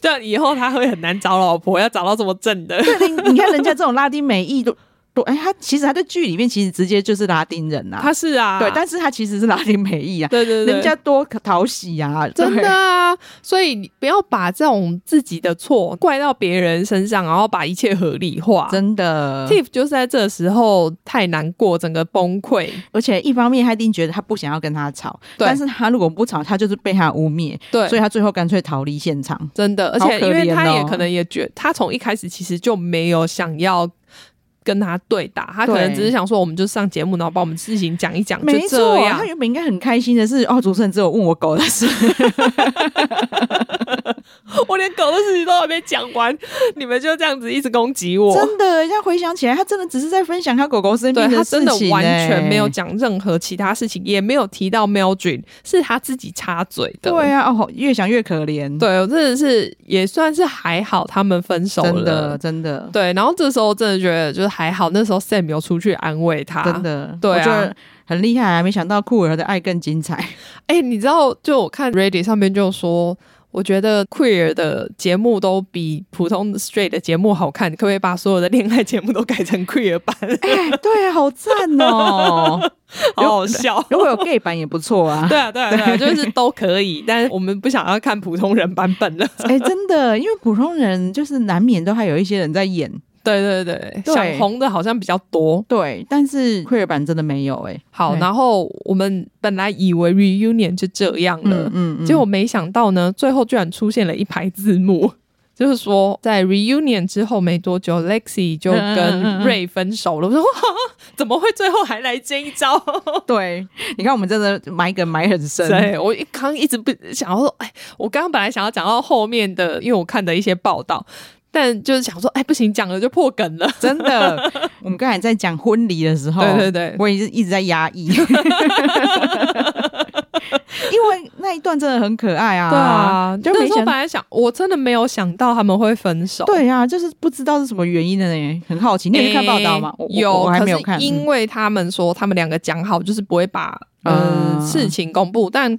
Speaker 1: 这样以后他会很难找老婆，要找到这么正的。
Speaker 2: 对，你你看人家这种拉丁美
Speaker 1: [LAUGHS]
Speaker 2: 裔都都，哎，他其实他在剧里面其实直接就是拉丁人呐、
Speaker 1: 他是啊，
Speaker 2: 对，但是他其实是拉丁美裔啊，
Speaker 1: 对对对，
Speaker 2: 人家多可讨喜啊，
Speaker 1: 真
Speaker 2: 对
Speaker 1: 的啊，所以你不要把这种自己的错怪到别人身上，然后把一切合理化。
Speaker 2: 真的。
Speaker 1: Tiff 就是在这时候太难过，整个崩溃。
Speaker 2: 而且一方面他一定觉得他不想要跟他吵，
Speaker 1: 对
Speaker 2: 但是他如果不吵，他就是被他污蔑，
Speaker 1: 对
Speaker 2: 所以他最后干脆逃离现场。
Speaker 1: 真的，而
Speaker 2: 好
Speaker 1: 且
Speaker 2: 可
Speaker 1: 因为
Speaker 2: 怜
Speaker 1: 他
Speaker 2: 哦
Speaker 1: 也可能也觉，他从一开始其实就没有想要跟他对打，他可能
Speaker 2: 对
Speaker 1: 只是想说，我们就上节目，然后把我们事情讲一讲，就
Speaker 2: 没
Speaker 1: 这
Speaker 2: 错，啊
Speaker 1: 样
Speaker 2: 他。原本应该很开心的是，哦，主持人只有问我狗的事，
Speaker 1: [LAUGHS] 我连狗的事情都还没讲完，你们就这样子一直攻击
Speaker 2: [LAUGHS]
Speaker 1: 我。
Speaker 2: 真的，现在回想起来，他真的只是在分享他狗狗生
Speaker 1: 对
Speaker 2: 病
Speaker 1: 他
Speaker 2: 事
Speaker 1: 真的欸
Speaker 2: 情、欸
Speaker 1: 完全没有。讲任何其他事情，也没有提到 Meldrin，是他自己插嘴的。
Speaker 2: 对啊，哦，越想越可怜。，
Speaker 1: 对，我真的是也算是还好，他们分手
Speaker 2: 真的
Speaker 1: 了。
Speaker 2: 真的
Speaker 1: 对，然后这时候真的觉得就是还好，那时候 Sam 有出去安慰他。
Speaker 2: 真，的，
Speaker 1: 对啊
Speaker 2: 我觉得很厉害啊！没想到酷儿的爱更精彩。
Speaker 1: 哎、你知道，就我看 Ready 上面就说。我觉得 queer 的节目都比普通 straight 的节目好看，可不可以把所有的恋爱节目都改成 queer 版？
Speaker 2: [LAUGHS] 哎，对啊，好赞哦！
Speaker 1: [LAUGHS] 好好
Speaker 2: [LAUGHS]
Speaker 1: 笑。[LAUGHS]
Speaker 2: 如果有 gay 版也不错啊。
Speaker 1: 对啊，对啊，对啊，就是都可以，但是我们不想要看普通人版本了。
Speaker 2: [LAUGHS] 哎，真的，因为普通人就是难免都还有一些人在演，
Speaker 1: [LAUGHS] 对对对，
Speaker 2: 对
Speaker 1: 想红的好像比较多。
Speaker 2: 对，但是 queer 版真的没有哎。
Speaker 1: 好，
Speaker 2: 对
Speaker 1: 然后我们本来以为 reunion 就这样了，
Speaker 2: 嗯
Speaker 1: 结果没想到呢，最后居然出现了一排字幕。 [LAUGHS] 就是说，在 reunion 之后没多久，Lexi 就
Speaker 2: 嗯嗯
Speaker 1: 跟
Speaker 2: 嗯嗯
Speaker 1: 瑞分手了。我说，哈怎么会最后还来这一
Speaker 2: [LAUGHS]
Speaker 1: 招？
Speaker 2: 对，你看我们真的埋梗埋很深。 [LAUGHS]
Speaker 1: 对我一刚一直不想要说，哎，我刚刚本来想要讲到后面的，因为我看的一些报道，但就是想说，哎，不行，讲了就破梗了。
Speaker 2: 真的，我们刚才在讲婚礼的时候，
Speaker 1: 对对对
Speaker 2: 我也是一直在压 [LAUGHS] 抑，因为那一段真的很可爱啊，
Speaker 1: 对啊，
Speaker 2: 就
Speaker 1: 那
Speaker 2: 没
Speaker 1: 时候
Speaker 2: 想
Speaker 1: 本来想，我真的没有想到他们会分手。
Speaker 2: 对啊，就是不知道是什么原因的呢，很好奇，你有去看报道吗？
Speaker 1: 诶
Speaker 2: 我我
Speaker 1: 有，
Speaker 2: 我还
Speaker 1: 可
Speaker 2: 没
Speaker 1: 是
Speaker 2: 有看，嗯
Speaker 1: 因为他们说他们两个讲好，就是不会把呃、
Speaker 2: 啊
Speaker 1: 事情公布。但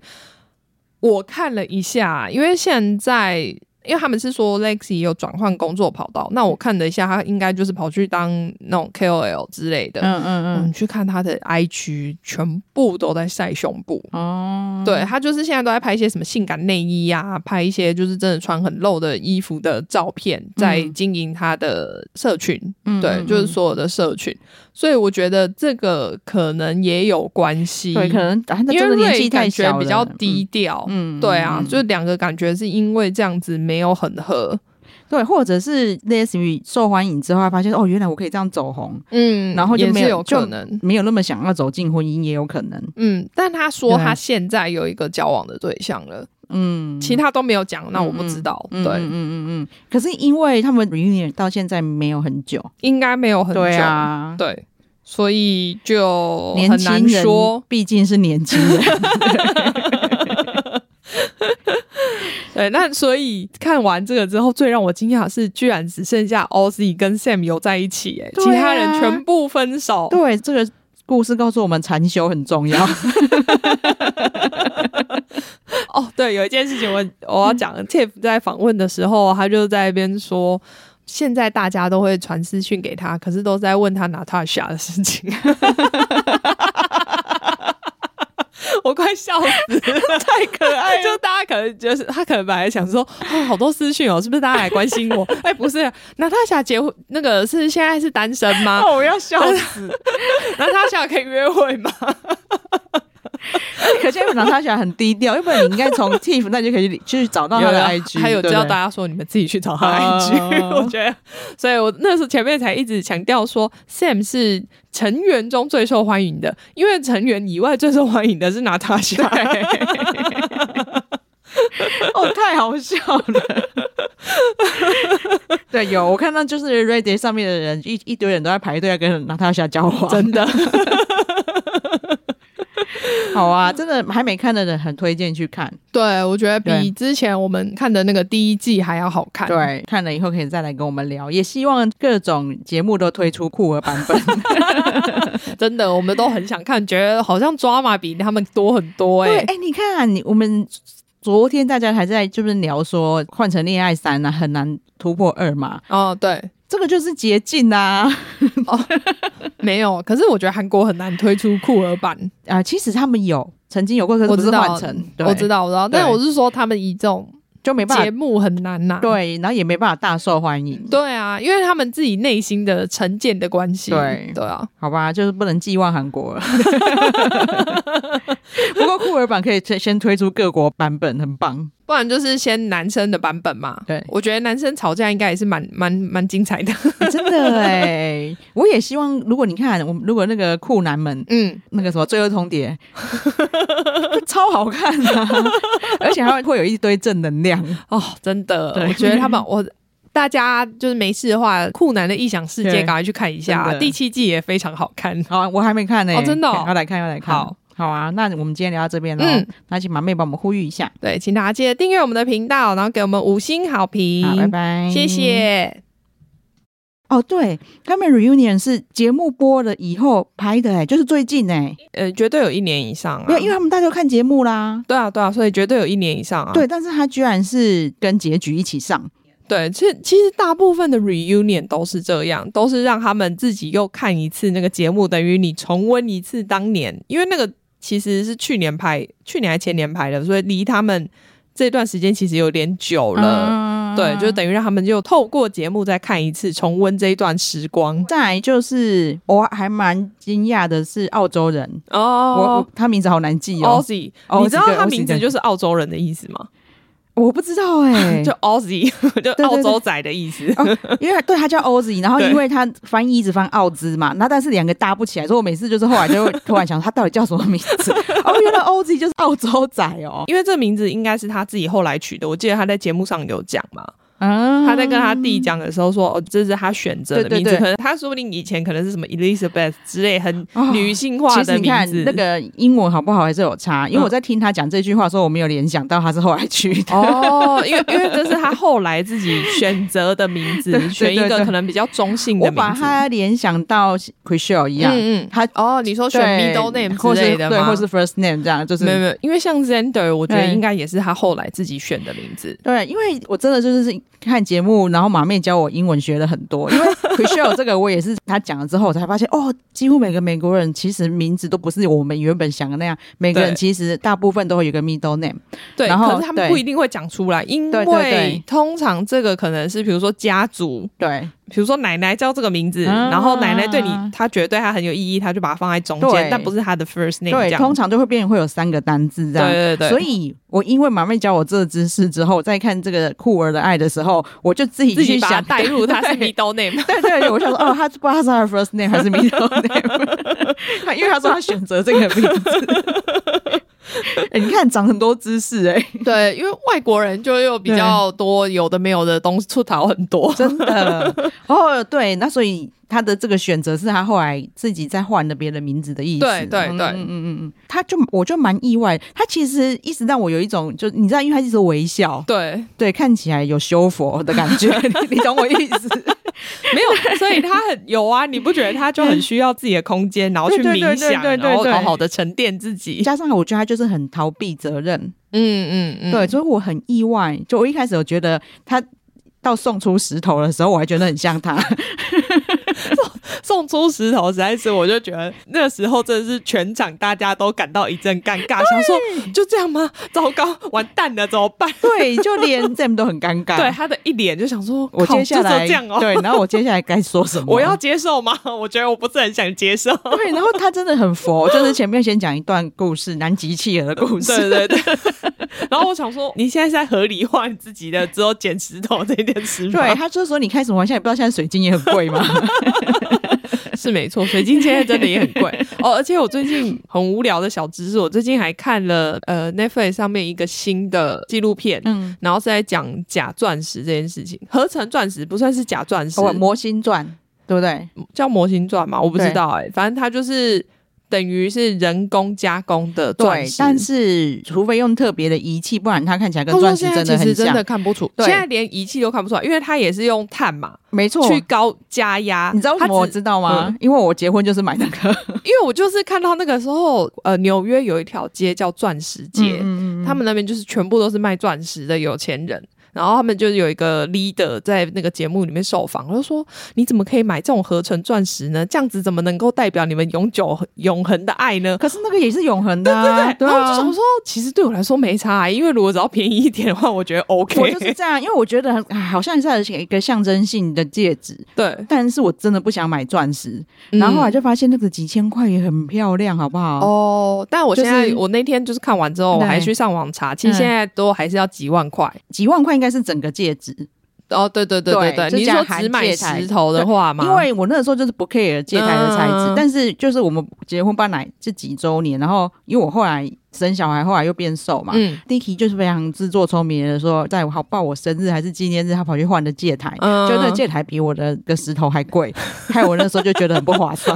Speaker 1: 我看了一下，因为现在因为他们是说 Lexi 有转换工作跑道，那我看了一下，他应该就是跑去当那种 KOL 之类的。
Speaker 2: 嗯嗯
Speaker 1: 嗯，去看他的 IG，全部都在晒胸部。
Speaker 2: 嗯，哦，
Speaker 1: 对他就是现在都在拍一些什么性感内衣啊，拍一些就是真的穿很露的衣服的照片，在经营他的社群，
Speaker 2: 嗯
Speaker 1: 对，就是所有的社群。所以我觉得这个可能也有关系，
Speaker 2: 对，可能啊，他
Speaker 1: 因
Speaker 2: 真
Speaker 1: 为
Speaker 2: 的年
Speaker 1: 瑞
Speaker 2: 纪太
Speaker 1: 感觉
Speaker 2: 小了，
Speaker 1: 比较低调，
Speaker 2: 嗯，嗯，
Speaker 1: 对啊，
Speaker 2: 嗯
Speaker 1: 就两个感觉是因为这样子没有很合，
Speaker 2: 对，或者是类似于受欢迎之后，发现哦，原来我可以这样走红，
Speaker 1: 嗯
Speaker 2: 然后就
Speaker 1: 也
Speaker 2: 没
Speaker 1: 是
Speaker 2: 有
Speaker 1: 有
Speaker 2: 就
Speaker 1: 可能。
Speaker 2: 没有那么想要走进婚姻，也有可能，
Speaker 1: 嗯，但他说
Speaker 2: 对
Speaker 1: 他现在有一个交往的对象了，
Speaker 2: 嗯，
Speaker 1: 其他都没有讲，那我不知道。
Speaker 2: 嗯
Speaker 1: 对，
Speaker 2: 嗯嗯嗯嗯。可是因为他们 reunion 到现在没有很久，
Speaker 1: 应该没有很久。
Speaker 2: 对啊，
Speaker 1: 对，所以就
Speaker 2: 年
Speaker 1: 很
Speaker 2: 轻
Speaker 1: 难
Speaker 2: 人
Speaker 1: 说。
Speaker 2: 毕竟是年轻人，
Speaker 1: [LAUGHS] [LAUGHS] 对，那所以看完这个之后，最让我惊讶的是，居然只剩下 Ozzy 跟 Sam 有在一起、欸，
Speaker 2: 对啊
Speaker 1: 其他人全部分手。
Speaker 2: 对这个。故事告诉我们，禅修很重要。
Speaker 1: 哦，对，有一件事情我我要讲，Tiff 在访问的时候，他就在那边说。现在大家都会传私讯给他，可是都是在问他 Natasha 的事情， [LAUGHS] 我快笑死了， [LAUGHS] 太可爱就大家可能就是他可能本来想说，哦，好多私讯哦，是不是大家来关心 [LAUGHS] 我？哎、不是，Natasha 结婚那个是现在是单身吗？
Speaker 2: 哦我要笑死！
Speaker 1: ？Natasha 可以约会吗？
Speaker 2: [LAUGHS] 可见娜塔莎很低调，要不然你应该从 [LAUGHS] Tiff 那就可以去找到他的
Speaker 1: 有
Speaker 2: IG，
Speaker 1: 还有
Speaker 2: 对不对
Speaker 1: 教大家说你们自己去找他的 IG，、
Speaker 2: 哦
Speaker 1: [LAUGHS] 我觉得，所 [LAUGHS] 以我那时候前面才一直强调说 Sam 是成员中最受欢迎的，因为成员以外最受欢迎的是娜塔莎，
Speaker 2: 哦，太好笑了。 [LAUGHS] 对，有我看到就是 Reddit 上面的人一一堆人都在排队要跟娜塔莎交往，
Speaker 1: [LAUGHS] 真的，
Speaker 2: 好啊，真的还没看的人很推荐去看。
Speaker 1: 对我觉得比
Speaker 2: 对
Speaker 1: 之前我们看的那个第一季还要好看，
Speaker 2: 对，看了以后可以再来跟我们聊，也希望各种节目都推出酷儿版本。
Speaker 1: 真的，我们都很想看，觉得好像抓马比他们多很多哎、
Speaker 2: 对，哎、你看、你我们昨天大家还在就是聊说换成恋爱三啊，很难突破二嘛，
Speaker 1: 哦，对，
Speaker 2: 这个就是捷径啊 [LAUGHS]
Speaker 1: 没有。可是我觉得韩国很难推出酷儿版，
Speaker 2: 啊、其实他们有曾经有过，可是
Speaker 1: 我
Speaker 2: 不
Speaker 1: 知
Speaker 2: 是
Speaker 1: 道
Speaker 2: 换成，对
Speaker 1: 我知道，我知道。
Speaker 2: 对
Speaker 1: 但我是说，他们以这种
Speaker 2: 就没办
Speaker 1: 节
Speaker 2: 法
Speaker 1: 目很难呐、
Speaker 2: 对，然后也没办法大受欢迎，
Speaker 1: 对啊，因为他们自己内心的成见的关系。
Speaker 2: 对
Speaker 1: 对啊，
Speaker 2: 好吧，就是不能寄望韩国了。 [LAUGHS] 不过酷儿版可以先先推出各国版本，很
Speaker 1: [LAUGHS]
Speaker 2: 棒。
Speaker 1: 不然就是先男生的版本嘛。
Speaker 2: 对 [LAUGHS]
Speaker 1: 我觉得男生吵架应该也是蛮蛮蛮精彩的。
Speaker 2: 真的哎、我也希望，如果你看，我们如果那个酷男们
Speaker 1: 嗯，
Speaker 2: 那个什么《罪恶重叠》超好看啊，而且还会有一堆正能量。
Speaker 1: [LAUGHS] 哦，真的，
Speaker 2: 对
Speaker 1: 我觉得他们我。大家就是没事的话，酷男的异想世界
Speaker 2: 对
Speaker 1: 赶快去看一下
Speaker 2: 真，的
Speaker 1: 第七季也非常好看。
Speaker 2: 好、啊，我还没看呢、
Speaker 1: 哦真的哦
Speaker 2: 要来看，要来看。
Speaker 1: 好，
Speaker 2: 好啊，那我们今天聊到这边喽。
Speaker 1: 嗯
Speaker 2: 那请马妹帮我们呼吁一下。
Speaker 1: 对，请大家记得订阅我们的频道，然后给我们五星好评，
Speaker 2: 好，拜，拜，
Speaker 1: 嗯谢。谢。
Speaker 2: 哦，对，他们 reunion 是节目播了以后拍的、哎，就是最近哎、
Speaker 1: 呃，绝对有一年以上啊，
Speaker 2: 没有，因为他们大家都看节目啦。
Speaker 1: 对啊，对啊，所以绝对有一年以上啊。
Speaker 2: 对，但是他居然是跟结局一起上，
Speaker 1: 对，其实其实大部分的 reunion 都是这样，都是让他们自己又看一次那个节目，等于你重温一次当年，因为那个其实是去年拍，去年还前年拍的，所以离他们这段时间其实有点久了。
Speaker 2: 嗯
Speaker 1: 对，就等于让他们就透过节目再看一次，重温这一段时光。
Speaker 2: 再来就是，我还蛮惊讶的是澳洲人，我
Speaker 1: 哦
Speaker 2: 我他名字好难记哦，
Speaker 1: ，Ozzy，
Speaker 2: Ozzy，
Speaker 1: 你知道
Speaker 2: 对
Speaker 1: 他
Speaker 2: Ozzy，
Speaker 1: 名字
Speaker 2: 对
Speaker 1: 就是澳洲人的意思吗？
Speaker 2: 我不知道哎、
Speaker 1: [LAUGHS] 就 Ozzy，就
Speaker 2: 对哦
Speaker 1: 澳洲仔的意思。
Speaker 2: 因为对他叫欧子，然后
Speaker 1: 对
Speaker 2: 因为他翻译一直翻奥兹嘛，然后但是两个搭不起来，所以我每次就是后来就会突然想 [LAUGHS] 他到底叫什么名字？哦，原来欧子就是澳洲仔哦，
Speaker 1: 因为这名字应该是他自己后来取的，我记得他在节目上有讲嘛。
Speaker 2: 啊
Speaker 1: 嗯他在跟他弟讲的时候说：“哦，这是他选择的
Speaker 2: 对对
Speaker 1: 名字，
Speaker 2: 对
Speaker 1: 可能他说不定以前可能是什么 Elizabeth 之类很
Speaker 2: 哦
Speaker 1: 女性化
Speaker 2: 其
Speaker 1: 的
Speaker 2: 实你
Speaker 1: 名
Speaker 2: 看
Speaker 1: 字。嗯
Speaker 2: 那个英文好不好还是有差，因为我在听他讲这句话的时候，我没有联想到他是后来取的。[LAUGHS]
Speaker 1: [LAUGHS] 哦，因为因为这是他后来自己选择的名 [LAUGHS] 字，
Speaker 2: 对对对
Speaker 1: 选一
Speaker 2: 对
Speaker 1: 个
Speaker 2: 对
Speaker 1: 可能比较中性的
Speaker 2: 我
Speaker 1: 名字。
Speaker 2: 把它联想到 c h r i s h e 一样，
Speaker 1: 嗯嗯，
Speaker 2: 他
Speaker 1: 哦，你说选
Speaker 2: 对
Speaker 1: middle name
Speaker 2: 或
Speaker 1: 之
Speaker 2: 是
Speaker 1: 类的
Speaker 2: 对，
Speaker 1: 吗？
Speaker 2: 或是 first name 这样，就是
Speaker 1: 没有没有，因为像 Zander，我觉得
Speaker 2: 对
Speaker 1: 应该也是他后来自己选的名字。
Speaker 2: 对，因为我真的就是看节目，然后马妹教我英文学了很多。
Speaker 1: [LAUGHS]
Speaker 2: 因为 c r i s h e l 这个我也是她讲了之后，我才发现哦，几乎每个美国人其实名字都不是我们原本想的那样，每个人
Speaker 1: 对
Speaker 2: 其实大部分都会有一个 middle name。
Speaker 1: 对，
Speaker 2: 然后
Speaker 1: 可是他们
Speaker 2: 对
Speaker 1: 不一定会讲出来，因
Speaker 2: 对对对
Speaker 1: 为通常这个可能是比如说家族，
Speaker 2: 对
Speaker 1: 比如说奶奶叫这个名字，
Speaker 2: 啊
Speaker 1: 然后奶奶对你，她觉得对她很有意义，她就把它放在中间，
Speaker 2: 对
Speaker 1: 但不是她的 first name 这
Speaker 2: 对，
Speaker 1: 样。
Speaker 2: 通常就会变成会有三个单字这样。
Speaker 1: 对对对
Speaker 2: 所以我因为马妹教我这个知识之后，在看这个酷儿的爱的时候，我就自己
Speaker 1: 自己
Speaker 2: 去
Speaker 1: 把它
Speaker 2: 想
Speaker 1: 带入 [LAUGHS] 她是 middle name。
Speaker 2: 对对对，我想说，哦，他不知道他是他的 first name 还是 middle name，他因为他说他选择这个名字。哎你看，长很多知识哎、
Speaker 1: 对，因为外国人就又比较多有的没有的东西出逃很多。
Speaker 2: 真的。哦，对，那所以他的这个选择是他后来自己再换了别的名字的意思。
Speaker 1: 对对对
Speaker 2: 嗯嗯嗯嗯，他就我就蛮意外，他其实一直让我有一种，就你知道，因为他一直微笑，
Speaker 1: [LAUGHS] 对，
Speaker 2: 对，看起来有修佛的感觉，你你懂我意思？
Speaker 1: 没有，所以他很 [LAUGHS] 有啊，你不觉得他就很需要自己的空间，然后去
Speaker 2: 对对
Speaker 1: 冥
Speaker 2: 对
Speaker 1: 想，
Speaker 2: 对对对
Speaker 1: 然后
Speaker 2: 对
Speaker 1: 好好的沉淀自己。
Speaker 2: 加上我觉得他就是很逃避责任，
Speaker 1: [LAUGHS] 嗯嗯嗯，
Speaker 2: 对，所以我很意外。就我一开始我觉得他到送出石头的时候，我还觉得很像
Speaker 1: [LAUGHS]
Speaker 2: 他。
Speaker 1: 送出石头实在是，我就觉得那时候真的是全场大家都感到一阵尴尬，想说就这样吗？糟糕，完蛋了，怎么办？
Speaker 2: 对，就连 Sam 都很尴尬。
Speaker 1: [LAUGHS] 对，他的一脸就想说，
Speaker 2: 我
Speaker 1: 靠
Speaker 2: 接下
Speaker 1: 就只有
Speaker 2: 来
Speaker 1: 这样哦、
Speaker 2: 对，然后我接下来该说什么？
Speaker 1: [LAUGHS] 我要接受吗？我觉得我不是很想接受。
Speaker 2: [LAUGHS] 对，然后他真的很佛，就是前面先讲一段故事，南极企鹅的故事。
Speaker 1: 对对对， [LAUGHS] 然后我想说，你现在是在合理化你自己的只有捡石头这件事吗？
Speaker 2: 对，他就说你开什么玩笑？你不知道现在水晶也很贵
Speaker 1: [LAUGHS]
Speaker 2: 吗？
Speaker 1: 是没错，水晶现在真的也很贵哦。而且我最近很无聊的小知识，我最近还看了呃 Netflix 上面一个新的纪录片，
Speaker 2: [LAUGHS] 嗯，
Speaker 1: 然后是在讲假钻石这件事情。合成钻石不算是假钻石，
Speaker 2: 我魔星传，对不对？
Speaker 1: 叫模型钻嘛，我不知道哎、反正它就是等于是人工加工的钻
Speaker 2: 对
Speaker 1: 石，，
Speaker 2: 但是除非用特别的仪器，不然它看起来跟
Speaker 1: 他说
Speaker 2: 钻石
Speaker 1: 现在
Speaker 2: 真的
Speaker 1: 其实
Speaker 2: 很
Speaker 1: 真
Speaker 2: 像
Speaker 1: 的。看不出，
Speaker 2: 对
Speaker 1: 现在连仪器都看不出来，因为它也是用碳嘛
Speaker 2: 没错，
Speaker 1: 去高加压，
Speaker 2: 你知道为什么
Speaker 1: 它
Speaker 2: 我
Speaker 1: 只
Speaker 2: 知道吗
Speaker 1: 嗯？
Speaker 2: 因为我结婚就是买那个。
Speaker 1: 因为我就是看到那个时候，呃，纽约有一条街叫钻石街，
Speaker 2: 嗯
Speaker 1: 他们那边就是全部都是卖钻石的有钱人。然后他们就有一个 leader 在那个节目里面受访，我就说你怎么可以买这种合成钻石呢？这样子怎么能够代表你们永久永恒的爱呢？
Speaker 2: 可是那个也是永恒的、啊，
Speaker 1: 然后我就
Speaker 2: 啊
Speaker 1: 想。说，其实对我来说没差、欸因为如果只要便宜一点的话，我觉得 OK。
Speaker 2: 我就是这样，因为我觉得很好像是一个象征性的戒指，
Speaker 1: 对，
Speaker 2: 但是我真的不想买钻石。然后后来就发现那个几千块也很漂亮，好不好？
Speaker 1: 嗯哦，但我
Speaker 2: 就
Speaker 1: 现
Speaker 2: 是
Speaker 1: 在、我那天就是看完之后，我还
Speaker 2: 对
Speaker 1: 去上网查，其实
Speaker 2: 嗯
Speaker 1: 现在都还是要几万块。
Speaker 2: 几万块应该是整个戒指，
Speaker 1: 哦，对对对对
Speaker 2: 对就
Speaker 1: 你是
Speaker 2: 讲
Speaker 1: 说
Speaker 2: 含
Speaker 1: 只买
Speaker 2: 戒台
Speaker 1: 石头的话吗？
Speaker 2: 因为我那个时候就是不 care 借贷的材质，
Speaker 1: 嗯
Speaker 2: 但是就是我们结婚办来这几周年，然后因为我后来生小孩，后来又变瘦嘛。
Speaker 1: 嗯
Speaker 2: Dicky 就是非常自作聪明的说，在我好报我生日还是纪念日，他跑去换的戒台，
Speaker 1: 嗯
Speaker 2: 就那个戒台比我的个石头还贵，害我那时候就觉得很不划
Speaker 1: [LAUGHS]
Speaker 2: 算。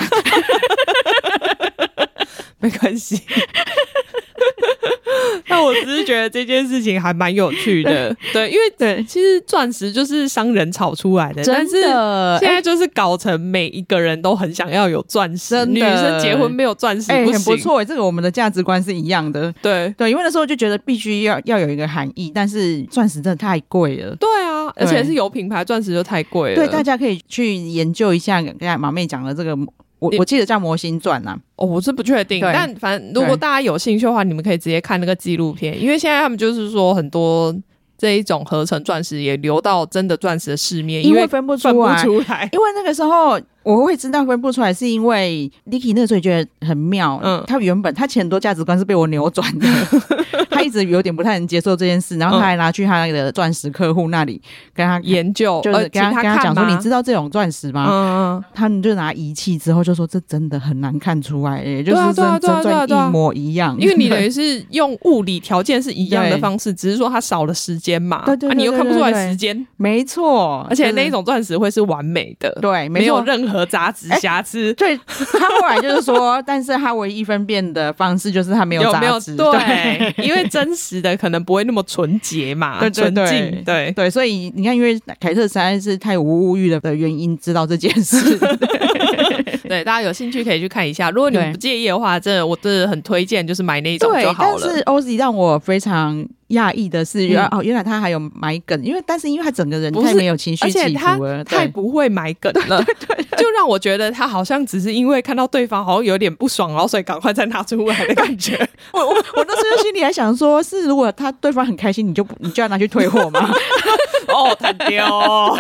Speaker 1: 没关系。 [LAUGHS] 但我只是觉得这件事情还蛮有趣的， [LAUGHS] 对，因为
Speaker 2: 对，
Speaker 1: 其实钻石就是商人炒出来的，但
Speaker 2: 真
Speaker 1: 是
Speaker 2: 的，
Speaker 1: 现在就是搞成每一个人都很想要有钻石，
Speaker 2: 真的
Speaker 1: 女生结婚没有钻石
Speaker 2: 哎、
Speaker 1: 不
Speaker 2: 很
Speaker 1: 行，
Speaker 2: 不错、这个我们的价值观是一样的。
Speaker 1: 对。
Speaker 2: 对，因为那时候就觉得必须要要有一个含义，但是钻石真的太贵了。
Speaker 1: 对啊，而
Speaker 2: 对
Speaker 1: 且是有品牌钻石就太贵了。
Speaker 2: 对，大家可以去研究一下刚才马妹讲的这个，我
Speaker 1: 你
Speaker 2: 我记得叫《魔星传》呐。
Speaker 1: 哦，我是不确定，
Speaker 2: 对
Speaker 1: 但反正如果
Speaker 2: 对
Speaker 1: 大家有兴趣的话，你们可以直接看那个纪录片，因为现在他们就是说很多这一种合成钻石也流到真的钻石的市面，因
Speaker 2: 因为
Speaker 1: 为
Speaker 2: 分不出
Speaker 1: 分不
Speaker 2: 来。
Speaker 1: 出来。
Speaker 2: 因为那个时候我会知道分不出来，是因为 Licky 那个时候也觉得很妙，
Speaker 1: 嗯
Speaker 2: 嗯，他原本他前很多价值观是被我扭转
Speaker 1: [LAUGHS]
Speaker 2: 的，他一直有点不太能接受这件事，然后
Speaker 1: 嗯
Speaker 2: 他还拿去他的钻石客户那里跟他，
Speaker 1: [LAUGHS] 研究，
Speaker 2: 就
Speaker 1: 呃
Speaker 2: 是
Speaker 1: 请
Speaker 2: 跟他
Speaker 1: 他
Speaker 2: 跟
Speaker 1: 看
Speaker 2: 讲说，
Speaker 1: 吗
Speaker 2: 你知道这种钻石吗？
Speaker 1: 嗯，嗯
Speaker 2: 他们就拿仪器之后就说，这真的很难看出来，欸也就
Speaker 1: 对啊
Speaker 2: 是
Speaker 1: 对啊
Speaker 2: 真
Speaker 1: 对啊
Speaker 2: 真
Speaker 1: 对
Speaker 2: 钻
Speaker 1: 啊对啊
Speaker 2: 一模一样，
Speaker 1: 因为你等于是用物理条件是一样的
Speaker 2: 对
Speaker 1: 方式，只是说它少了时间嘛，
Speaker 2: 对对对
Speaker 1: 啊你又
Speaker 2: 对
Speaker 1: 看不出
Speaker 2: 对
Speaker 1: 来
Speaker 2: 对
Speaker 1: 时间，
Speaker 2: [LAUGHS] 没错，
Speaker 1: 而且
Speaker 2: 就是
Speaker 1: 那一种钻石会是完美的，
Speaker 2: 对，没
Speaker 1: 没有
Speaker 2: 错。
Speaker 1: 任何杂质
Speaker 2: 哎
Speaker 1: 瑕疵，
Speaker 2: 对他后来就是说，但是他唯一分辨的方式就是他没有
Speaker 1: 有
Speaker 2: 杂
Speaker 1: 没有
Speaker 2: 质，
Speaker 1: 对？
Speaker 2: [LAUGHS]
Speaker 1: 因为真实的可能不会那么纯洁嘛，
Speaker 2: 对对
Speaker 1: 纯
Speaker 2: 对
Speaker 1: 净，对。
Speaker 2: 对，所以你看，因为凯特实在是太无物欲了的原因，知道这件 [LAUGHS] 事。
Speaker 1: 对，大家有兴趣可以去看一下。如果你们
Speaker 2: 对
Speaker 1: 不介意的话，真的我真的很推荐，就是买那一种就
Speaker 2: 对，
Speaker 1: 好
Speaker 2: 但
Speaker 1: 了。
Speaker 2: 是 OZ 让我非常讶异的是，原来、
Speaker 1: 嗯
Speaker 2: 哦，原来他还有买梗，因为但是因为他整个人
Speaker 1: 不
Speaker 2: 太
Speaker 1: 是
Speaker 2: 没有情绪
Speaker 1: 而且
Speaker 2: 起
Speaker 1: 他
Speaker 2: 伏了，
Speaker 1: 太
Speaker 2: 对
Speaker 1: 不会买梗了，就让我觉得他好像只是因为看到对方好像有点不爽，然后所以赶快再拿出来的感
Speaker 2: [LAUGHS]
Speaker 1: 觉。
Speaker 2: 我我我那时候心里还想说，是如果他对方很开心，你就不你就要拿去退货吗？ [LAUGHS]
Speaker 1: 哦， [LAUGHS] 很丢，
Speaker 2: 哦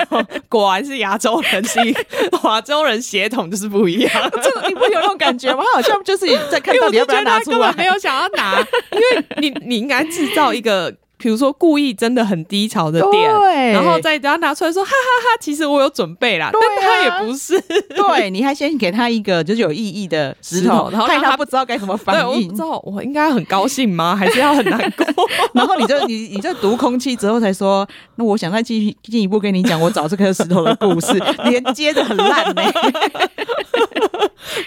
Speaker 1: 果然是亚洲人是一， [LAUGHS] 亚洲人血统就是不一样。
Speaker 2: 这个你不会有那种感觉吗？他好像就是在看
Speaker 1: 因为
Speaker 2: 到
Speaker 1: 我
Speaker 2: 底
Speaker 1: 就
Speaker 2: 要不
Speaker 1: 觉
Speaker 2: 要
Speaker 1: 得
Speaker 2: 拿
Speaker 1: 他
Speaker 2: 出
Speaker 1: 根
Speaker 2: 来
Speaker 1: 本没。有想要拿，因为你你应该制造一个，比如说故意真的很低潮的点，
Speaker 2: 对，
Speaker 1: 然后再等他拿出来说哈哈哈，其实我有准备啦，
Speaker 2: 对啊
Speaker 1: 但他也不是，
Speaker 2: 对，你还先给他一个就是有意义的石
Speaker 1: 石头
Speaker 2: 头，
Speaker 1: 然后
Speaker 2: 害
Speaker 1: 让他
Speaker 2: 他不知道该怎么
Speaker 1: 对，
Speaker 2: 反
Speaker 1: 我
Speaker 2: 应
Speaker 1: 不知。道我应该很高兴吗？还是要很难过？ [LAUGHS]
Speaker 2: 然后你就你你就读空气之后才说，那我想再进进一步跟你讲我找这颗石头的故事，连接的很烂
Speaker 1: [LAUGHS]
Speaker 2: 呢、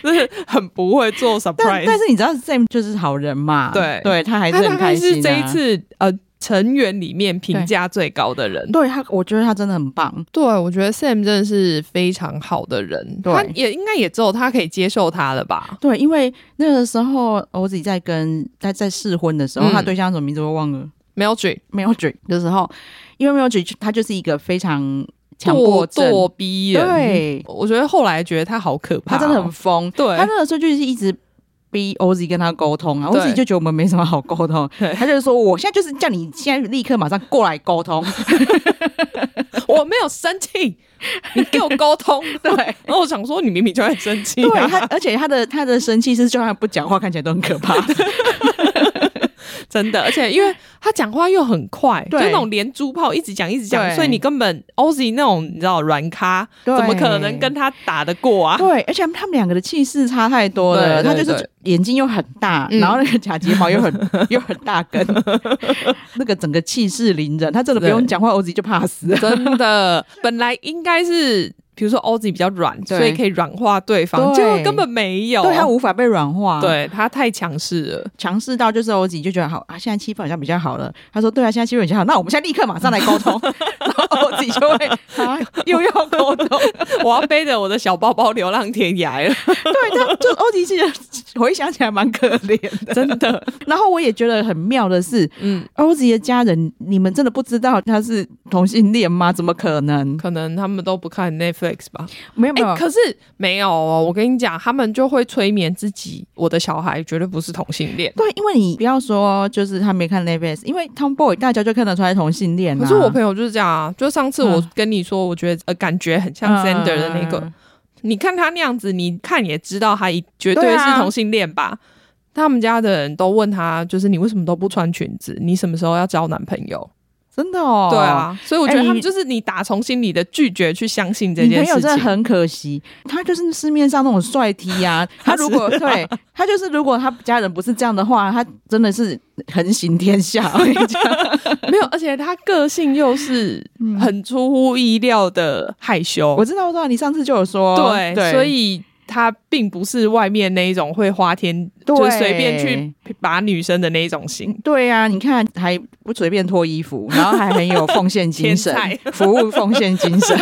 Speaker 1: 就是很不会做
Speaker 2: 但
Speaker 1: surprise。
Speaker 2: 但是你知道 Sam 就是好人嘛，
Speaker 1: 对
Speaker 2: 对他还是
Speaker 1: 他大
Speaker 2: 很
Speaker 1: 概
Speaker 2: 开心、
Speaker 1: 是
Speaker 2: 啊。
Speaker 1: 这一，次呃成员里面评价最高的人。
Speaker 2: 对他，我觉得他真的很棒。
Speaker 1: 对，我觉得 Sam 真的是非常好的人，
Speaker 2: 对
Speaker 1: 他也应该也只有他可以接受他了吧？
Speaker 2: 对，因为那个时候我自己在跟在在试婚的时候，
Speaker 1: 嗯
Speaker 2: 他对象什么名字我忘了
Speaker 1: m e l d r i
Speaker 2: m e l d r i 的时候，因为 Meldry 他就是一个非常强迫
Speaker 1: 咄
Speaker 2: 症，
Speaker 1: 咄逼人，
Speaker 2: 对
Speaker 1: 我觉得后来觉得他好可怕
Speaker 2: 他
Speaker 1: 哦、
Speaker 2: 真的很疯。
Speaker 1: 对
Speaker 2: 他那个时候就是一直逼 OZ 跟他沟通啊
Speaker 1: 对
Speaker 2: ，OZ 就觉得我们没什么好沟通
Speaker 1: [LAUGHS] 对，
Speaker 2: 他就是说我现在就是叫你现在立刻马上过来沟
Speaker 1: [LAUGHS]
Speaker 2: 通，
Speaker 1: [LAUGHS] 我没有生
Speaker 2: [LAUGHS]
Speaker 1: 气，你给我沟通。对，然后我想说，你明明就在生
Speaker 2: [LAUGHS]
Speaker 1: 气、
Speaker 2: 对他
Speaker 1: 啊，，
Speaker 2: 而且他的他的生气是就算不讲话看起来都很可怕，
Speaker 1: 真的，而且因为他讲话又很快，就
Speaker 2: 对
Speaker 1: 那种连珠炮一直讲一直讲，
Speaker 2: 对
Speaker 1: 所以你根本 Ozzy 那种你知道软咖，
Speaker 2: [LAUGHS] 对
Speaker 1: 怎么可能跟他打得过啊？
Speaker 2: [LAUGHS] 对，而且他们两个的气势差太多了，
Speaker 1: 对
Speaker 2: 他
Speaker 1: 对
Speaker 2: 就是眼睛又很大，
Speaker 1: 嗯
Speaker 2: 然后那个假睫毛又很又很大
Speaker 1: [LAUGHS]
Speaker 2: 根，那个整个气势凌人，他真的不
Speaker 1: 对
Speaker 2: 用讲话，OZ 就怕死了。
Speaker 1: 真的，本来应该是。比如说 Ozzy 比较软，
Speaker 2: 对
Speaker 1: 所以可以软化对
Speaker 2: 对
Speaker 1: 方，结果根本没有。
Speaker 2: 对他无法被软化，，
Speaker 1: 哦对他太强势了。
Speaker 2: 强势到就是欧吉就觉得好啊，现在气氛好像比较好了。他说对啊，现在气氛比较好，那我们现在立刻马上来沟通。 [LAUGHS] 然后欧吉就会啊 [LAUGHS] 又要沟通，
Speaker 1: [LAUGHS] 我要背着我的小包包流浪天涯了，
Speaker 2: 对，他就欧吉其实回想起来蛮可怜的。
Speaker 1: 真的。
Speaker 2: [LAUGHS] 然后我也觉得很妙的是，
Speaker 1: 嗯，
Speaker 2: 欧吉的家人，你们真的不知道他是同性恋吗？怎么可能？
Speaker 1: 可能他们都不看 Netflix 吧。
Speaker 2: 没有没
Speaker 1: 哎、
Speaker 2: 有，啊
Speaker 1: 可是没有哦，我跟你讲，他们就会催眠自己，我的小孩绝对不是同性恋。
Speaker 2: 对，因为你不要说就是他没看 n e t f x 因为 Tomboy 大家就看得出来同性恋、啊。
Speaker 1: 可是我朋友就是这样啊，就上次我跟你说，我觉得呃感觉很像 Zander 的那个，
Speaker 2: 嗯
Speaker 1: 你看他那样子，你看也知道他一绝对
Speaker 2: 对
Speaker 1: 是
Speaker 2: 啊
Speaker 1: 同性恋吧。他们家的人都问他，就是你为什么都不穿裙子？你什么时候要交男朋友？
Speaker 2: 真的哦，
Speaker 1: 对，啊，所以我觉得
Speaker 2: 哎
Speaker 1: 他们
Speaker 2: 你
Speaker 1: 就是你打从心里的拒绝去相信这
Speaker 2: 你
Speaker 1: 件
Speaker 2: 朋
Speaker 1: 事
Speaker 2: 友
Speaker 1: 情。
Speaker 2: 真的很可惜，他就是市面上那种帅 T
Speaker 1: [LAUGHS]
Speaker 2: 啊，他如果对他就是如果他家人不是这样的话，他真的是横行天
Speaker 1: [LAUGHS]
Speaker 2: 下。我跟你讲
Speaker 1: 没有，而且他个性又是很出乎意料的害羞，
Speaker 2: 嗯我知道，我知道，你上次就有说，
Speaker 1: 对，
Speaker 2: 对
Speaker 1: 所以他并不是外面那一种会花天，
Speaker 2: 对
Speaker 1: 就是随便去把女生的那一种型。
Speaker 2: 对呀、啊，你看还不随便脱衣
Speaker 1: [LAUGHS]
Speaker 2: 服，然后还很有奉献精神
Speaker 1: 天，
Speaker 2: [LAUGHS] 服务奉献精
Speaker 1: [LAUGHS]
Speaker 2: 神。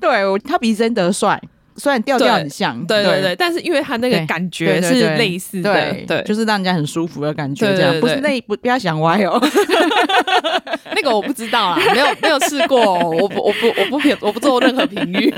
Speaker 2: 对，我他比真德帅，虽然调调很像，
Speaker 1: 对对对，但是因为他那个
Speaker 2: 对
Speaker 1: 感
Speaker 2: 对
Speaker 1: 觉
Speaker 2: 对
Speaker 1: 是
Speaker 2: 对
Speaker 1: 类似的，
Speaker 2: 对
Speaker 1: 对，
Speaker 2: 就是让人家很舒服的感觉，
Speaker 1: 对
Speaker 2: 这样
Speaker 1: 对对
Speaker 2: 不是那不不要想歪哦。
Speaker 1: [LAUGHS] 那个我不知道啊啦，没有没有试过，我不我不我不评我不做任何评语。